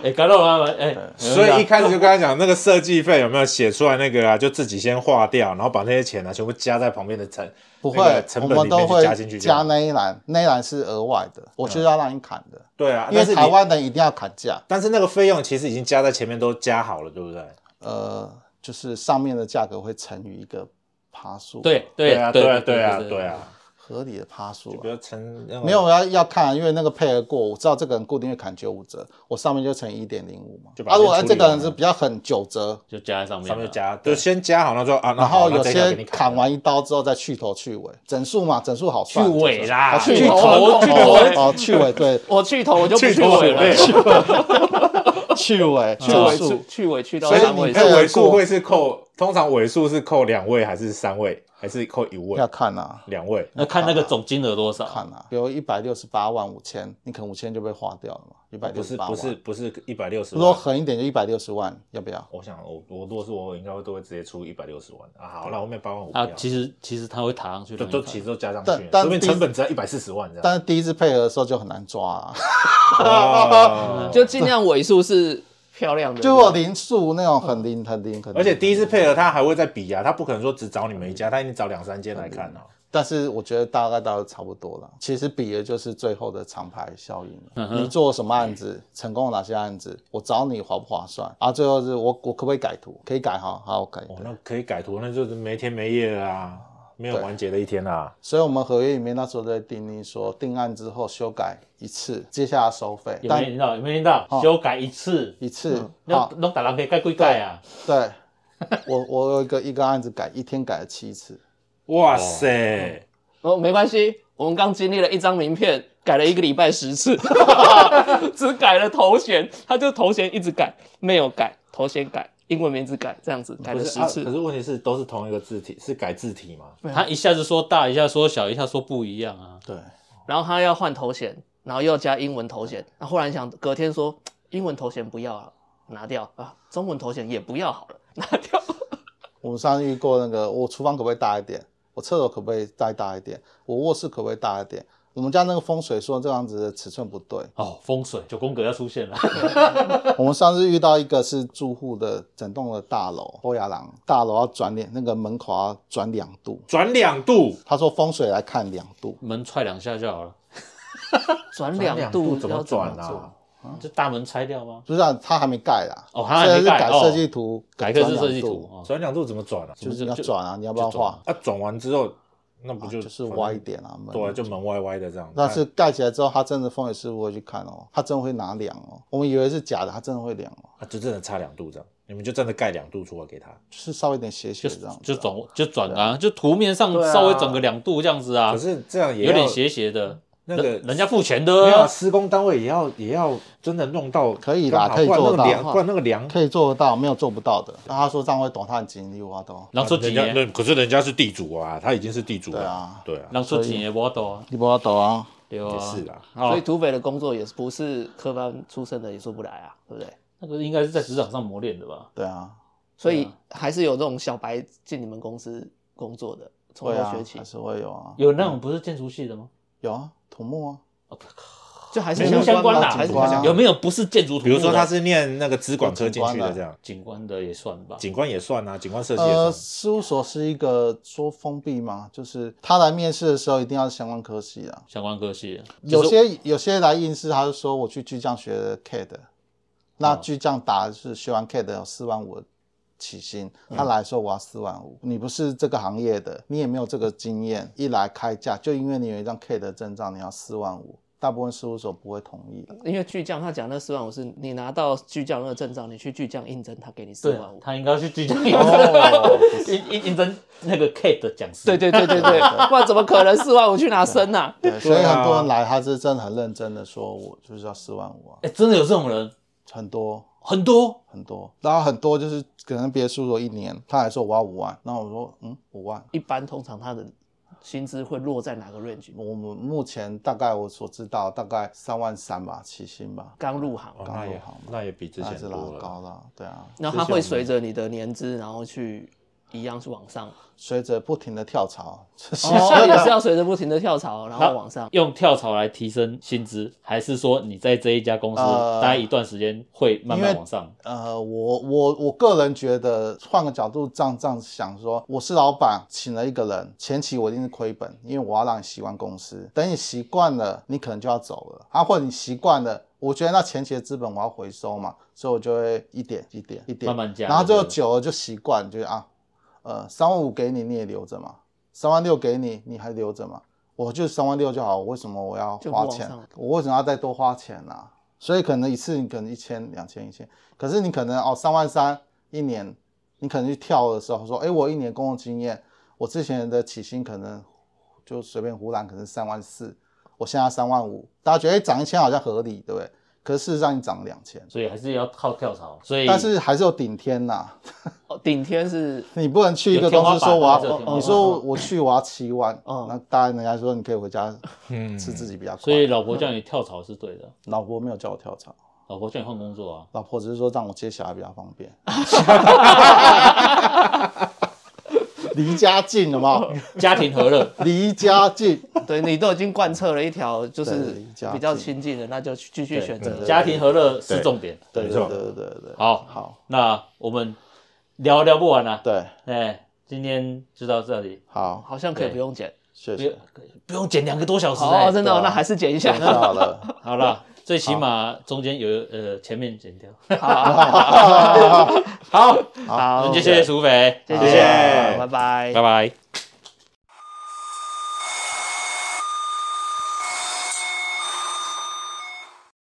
Speaker 4: 哎，搞到我哎，
Speaker 2: 所以一开始就跟他讲那个设计费有没有写出来那个啊，就自己先划掉，然后把那些钱呢、啊全部加在旁边的成
Speaker 5: 不
Speaker 2: 那个
Speaker 5: 会，我
Speaker 2: 成本
Speaker 5: 们
Speaker 2: 里
Speaker 5: 都
Speaker 2: 面
Speaker 5: 会
Speaker 2: 去加进去就
Speaker 5: 加
Speaker 2: 好。
Speaker 5: 那一栏，那一栏是额外的，我就是要让你砍的，
Speaker 2: 对啊，
Speaker 5: 因
Speaker 2: 但
Speaker 5: 为
Speaker 2: 是
Speaker 5: 台
Speaker 2: 你
Speaker 5: 湾人一定要砍价，
Speaker 2: 但是那个费用其实已经加在前面都加好了，对不对？
Speaker 5: 呃，就是上面的价格会乘以一个趴数，，
Speaker 4: 对对
Speaker 2: 啊，对啊，对啊，对，啊，
Speaker 5: 合理的趴数
Speaker 2: 就
Speaker 5: 啊、
Speaker 2: 比如成那种
Speaker 5: 没有要要看，啊因为那个配合过，我知道这个人固定会砍九五折，我上面就乘一点零五嘛
Speaker 2: 就。把
Speaker 5: 啊，如果
Speaker 2: 它
Speaker 5: 哎
Speaker 2: 处
Speaker 5: 这
Speaker 2: 理
Speaker 5: 个
Speaker 2: 完
Speaker 5: 人是比较狠九折，
Speaker 4: 就加在上面，啊
Speaker 2: 上面，加，就先加好，然后说啊，那
Speaker 5: 然
Speaker 2: 好
Speaker 5: 后
Speaker 2: 那
Speaker 5: 有
Speaker 2: 这条
Speaker 5: 些
Speaker 2: 给你
Speaker 5: 砍
Speaker 2: 了
Speaker 5: 完一刀之后再去头去尾，整数嘛，整数好
Speaker 4: 去
Speaker 5: 算。
Speaker 4: 尾啦，
Speaker 5: 啊去
Speaker 4: 头
Speaker 5: 头
Speaker 4: 去
Speaker 5: 哦
Speaker 4: 头，
Speaker 5: 哦去 尾对
Speaker 1: 我去头我就不
Speaker 2: 去
Speaker 1: 去
Speaker 2: 头
Speaker 1: 尾了，去
Speaker 5: 去
Speaker 2: 啊
Speaker 5: 尾去
Speaker 1: 尾
Speaker 5: 数
Speaker 1: 去，去尾去到
Speaker 5: 所以
Speaker 1: 三
Speaker 5: 你
Speaker 1: 位
Speaker 5: 这
Speaker 1: 数，
Speaker 5: 个
Speaker 2: 哎，尾数
Speaker 5: 过
Speaker 2: 会是扣，通常尾数是扣两位还是三位，还是扣一位
Speaker 5: 要？看啊
Speaker 2: 两位，
Speaker 4: 那看那个总金额多少，
Speaker 5: 看啊，比如一百六十八万五千，你可能五千就被划掉了嘛，一百
Speaker 2: 不
Speaker 5: 六
Speaker 2: 是
Speaker 5: 十八万。
Speaker 2: 不是，不是一百六十
Speaker 5: 如果
Speaker 2: 万。
Speaker 5: 狠一点就一百六十万，要不要？
Speaker 2: 我想我我如果是我，我应该会都会直接出一百六十万啊。好，那后面八万五
Speaker 4: 啊，
Speaker 2: 就
Speaker 4: 其实其实他会爬上去的，
Speaker 2: 都其实都加上去
Speaker 5: 但
Speaker 2: 了，
Speaker 5: 但
Speaker 2: 这边
Speaker 5: 第一
Speaker 2: 成本只要一百四十万这样。
Speaker 5: 但是第一次配合的时候就很难抓啊，
Speaker 2: 哦
Speaker 1: 就尽量尾数是漂亮 的，
Speaker 5: 就我零数那种很零很零很零。
Speaker 2: 而且第一次配合他还会再比啊，他不可能说只找你们一家，他一定找两三间来看啊。
Speaker 5: 但是我觉得大概大概差不多了。其实比的就是最后的厂牌效应
Speaker 2: 嗯
Speaker 5: 了。你做什么案子，成功了哪些案子，我找你划不划算啊？最后是我我可不可以改图？可以改哈，好，我改。
Speaker 2: 哦，那可以改图，那就是没天没夜了啊，没有完结的一天啊。
Speaker 5: 所以我们合约里面那时候在定义说，定案之后修改一次，接下来收费，
Speaker 4: 有没有嗯
Speaker 5: 但
Speaker 4: 听到？有没有听到？修改一次，
Speaker 5: 一次
Speaker 4: 那
Speaker 5: 好，
Speaker 4: 弄打人可以盖几盖啊？
Speaker 5: 对。我我有一个一个案子改一天改了七次，
Speaker 2: 哇塞，
Speaker 1: 哦，没关系，我们刚经历了一张名片，改了一个礼拜十次， 只改了头衔，他就头衔一直改，没有改头衔改，英文名字改，这样子改了
Speaker 2: 不
Speaker 1: 十
Speaker 2: 是啊
Speaker 1: 次
Speaker 2: 可。是问题是都是同一个字体，是改字体吗？
Speaker 4: 他一下子说大，一下说小，一下说不一样啊。
Speaker 5: 对，
Speaker 1: 然后他要换头衔，然后又要加英文头衔，然后忽然想隔天说英文头衔不要了，拿掉啊，中文头衔也不要好了，拿掉。
Speaker 5: 我们上次遇过那个，我厨房可不可以大一点？我厕所可不可以再大一点？我卧室可不可以大一点？我们家那个风水说这样子的尺寸不 对。
Speaker 4: 哦，风水九宫格要出现了，
Speaker 5: 我们上次遇到一个是住户的整栋的大楼，欧亚郎大楼要转两，那个门口要转两度。
Speaker 2: 转两度，
Speaker 5: 他说风水来看两度，
Speaker 4: 门踹两下就好了，
Speaker 1: 转
Speaker 2: 转
Speaker 1: 两度
Speaker 2: 度怎
Speaker 1: 要
Speaker 2: 么转
Speaker 1: 么做
Speaker 2: 啊？
Speaker 4: 就大门拆掉吗？
Speaker 5: 不是、啊、他还没盖啦，
Speaker 4: 哦他还
Speaker 5: 现在
Speaker 4: 没
Speaker 5: 是
Speaker 4: 盖
Speaker 5: 改设计图，
Speaker 4: 改个是
Speaker 5: 转
Speaker 4: 设计
Speaker 5: 两
Speaker 4: 图
Speaker 5: 度，
Speaker 4: 哦，
Speaker 2: 转两度怎么转啊？
Speaker 5: 就是你要转啊，你要不要画？
Speaker 2: 啊，转完之后，那不
Speaker 5: 啊
Speaker 2: 就
Speaker 5: 就是歪一？点啊，门
Speaker 2: 反正对啊，就门歪歪的这样。啊
Speaker 5: 但是盖起来之后，他真的风水师傅会去看哦，他真的会拿量哦。我们以为是假的，他真的会量哦，
Speaker 2: 啊，就真的差两度这样，你们就真的盖两度出来给他。
Speaker 5: 就是稍微有点斜斜
Speaker 4: 就
Speaker 5: 这样子啊
Speaker 4: 就转就转啊，就图面上
Speaker 2: 对啊
Speaker 4: 稍微转个两度这样子啊
Speaker 2: 可，是这样也
Speaker 4: 有点
Speaker 2: 斜。
Speaker 4: 斜斜的，
Speaker 2: 那个
Speaker 4: 人人家付钱
Speaker 2: 没有啊
Speaker 4: 的，
Speaker 2: 施工单位也要也要真的弄到
Speaker 5: 可以啦
Speaker 2: 刚好
Speaker 5: 可以
Speaker 2: 不然那
Speaker 5: 做
Speaker 2: 个
Speaker 5: 到
Speaker 2: 梁
Speaker 5: 哈
Speaker 2: 不然那个梁
Speaker 5: 可以做得到，没有做不到的。那他说这样会懂他的经历，我都
Speaker 4: 然后出
Speaker 2: 啊人
Speaker 4: 几
Speaker 2: 家
Speaker 4: 年，
Speaker 2: 那可是人家是地主啊，他已经是地主了啊，对啊，
Speaker 4: 然后出几年我懂啊，
Speaker 5: 你不要懂啊。
Speaker 4: 对啊，
Speaker 2: 也是啦，
Speaker 4: 好
Speaker 1: 所以土匪的工作也不是科班出身的也做不来啊，对不对？
Speaker 4: 那个应该是在职场上磨练的吧？
Speaker 5: 对啊，
Speaker 1: 所以还是有这种小白进你们公司工作的，从
Speaker 5: 会
Speaker 1: 头
Speaker 5: 啊
Speaker 1: 学，起
Speaker 5: 还，是会有啊，
Speaker 4: 有那种不是建筑系的吗？
Speaker 5: 有啊，土木啊，
Speaker 1: 就还是
Speaker 4: 没有相
Speaker 1: 关
Speaker 4: 关的
Speaker 1: 吧
Speaker 4: 啊
Speaker 1: 还是
Speaker 5: 景观啊
Speaker 4: 有没有不是建筑图？
Speaker 2: 比如说他是念那个资管科进去的这样，
Speaker 4: 景观的也算吧，
Speaker 2: 景观也算啊，景观设计也
Speaker 5: 呃，
Speaker 2: 算，
Speaker 5: 事务所是一个说封闭吗？就是他来面试的时候一定要相关科系啊。
Speaker 4: 相关科系
Speaker 5: 有些有些来应试，他就说我去巨匠学 CAD，那巨匠打的是学完 CAD 有四万五的起薪，他来说我要四万五，你不是这个行业的，你也没有这个经验，一来开价就因为你有一张 K 的证照，你要四万五，大部分事务所不会同意的。
Speaker 1: 因为巨匠他讲那四万五是你拿到巨匠那个证照，你去巨匠应征，他给你四
Speaker 4: 对啊
Speaker 1: 万，五。
Speaker 4: 他应该去聚焦应
Speaker 5: 哦
Speaker 4: 征，应应应征那个 K 的讲师。
Speaker 1: 对对对对对，不然怎么可能四万五去拿升呐、啊？
Speaker 5: 对，所以
Speaker 2: 对啊
Speaker 5: 很多人来，他是真的很认真的说，我就是要四万五啊，
Speaker 4: 哎，真的有这种人
Speaker 5: 很多
Speaker 4: 很多，
Speaker 5: 很多，然后很多就是可能别的事务所一年，他还说我要五万，那我说嗯五万，
Speaker 1: 一般通常他的薪资会落在哪个 range？
Speaker 5: 我们目前大概我所知道大概三万三吧，起薪吧，
Speaker 1: 刚入行，
Speaker 2: 哦，
Speaker 5: 刚
Speaker 2: 那
Speaker 5: 入
Speaker 2: 也
Speaker 5: 行嘛
Speaker 2: 那也比之
Speaker 5: 那
Speaker 2: 前
Speaker 5: 是拉
Speaker 2: 多了。
Speaker 5: 高了，对啊，
Speaker 1: 然后他会随着你的年资，然后去一样是往上，
Speaker 5: 随着不停的跳槽，这是
Speaker 1: 哦，也是要随着不停的跳槽，然后往上。
Speaker 4: 用跳槽来提升薪资，还是说你在这一家公司
Speaker 5: 呃
Speaker 4: 待一段时间会慢
Speaker 5: 因
Speaker 4: 慢
Speaker 5: 为
Speaker 4: 往上？
Speaker 5: 呃，我我我个人觉得，换个角度这样这样想说，我是老板，请了一个人，前期我一定是亏本，因为我要让你习惯公司。等你习惯了，你可能就要走了啊，或者你习惯了，我觉得那前期的资本我要回收嘛，所以我就会一点一点一点
Speaker 4: 慢慢加
Speaker 5: 然后最后
Speaker 4: 对不对
Speaker 5: 久了就习惯，就是啊，呃，三万五给你，你也留着嘛，三万六给你，你还留着嘛，我就三万六就好，我为什么我要
Speaker 1: 就不
Speaker 5: 花
Speaker 1: 往
Speaker 5: 钱
Speaker 1: 上？
Speaker 5: 我为什么要再多花钱呢、所以可能一次你可能一千、两千、一千，可是你可能哦三万三一年，你可能去跳的时候说，哎，我一年工作经验，我之前的起薪可能就随便胡乱，可能三万四，我现在三万五，大家觉得哎涨一千好像合理，对不对？可是事实上你涨两千，
Speaker 4: 所以还是要靠跳槽。所以
Speaker 5: 但是还是有顶天呐、
Speaker 1: 哦，顶天是
Speaker 5: 你不能去一个
Speaker 4: 有天
Speaker 5: 公
Speaker 4: 花
Speaker 5: 司
Speaker 4: 板
Speaker 5: 说我
Speaker 4: 还是有天花
Speaker 5: 要，哦
Speaker 4: 板
Speaker 5: 你说我去我要七万，
Speaker 1: 嗯
Speaker 5: 那当然人家说你可以回家
Speaker 2: 嗯
Speaker 5: 吃自己比较快。
Speaker 4: 所以老婆叫你跳槽是对的，
Speaker 5: 老婆没有叫我跳槽，
Speaker 4: 老婆叫你换工作 啊。
Speaker 5: 老婆只是说让我接小孩比较方 便，离家近有没有？
Speaker 4: 家庭和 乐，
Speaker 5: 离家近，
Speaker 1: 对你都已经贯彻了一条就是
Speaker 5: 对家
Speaker 1: 比较亲近的，那就继续
Speaker 4: 对嗯
Speaker 1: 选择
Speaker 4: 家庭和乐是重点。
Speaker 5: 对
Speaker 2: 没
Speaker 5: 对
Speaker 2: 错
Speaker 5: 对对对对，
Speaker 4: 好
Speaker 5: 好，
Speaker 4: 那我们聊聊不完了、
Speaker 5: 对，
Speaker 4: 哎，今天就到这里，
Speaker 5: 好，
Speaker 1: 好像可以不用剪。
Speaker 5: 谢
Speaker 4: 不
Speaker 5: 谢
Speaker 4: 用，不用剪两个多小时、哎
Speaker 1: 哦，真的哦，
Speaker 5: 对啊
Speaker 1: 那还是剪一下
Speaker 5: 太。好了，
Speaker 4: 好了，最起码中间有呃前面剪掉。好，
Speaker 1: 好
Speaker 4: 那就谢谢苏肥，
Speaker 1: 谢
Speaker 5: 好
Speaker 1: 谢，拜拜
Speaker 4: 拜。拜。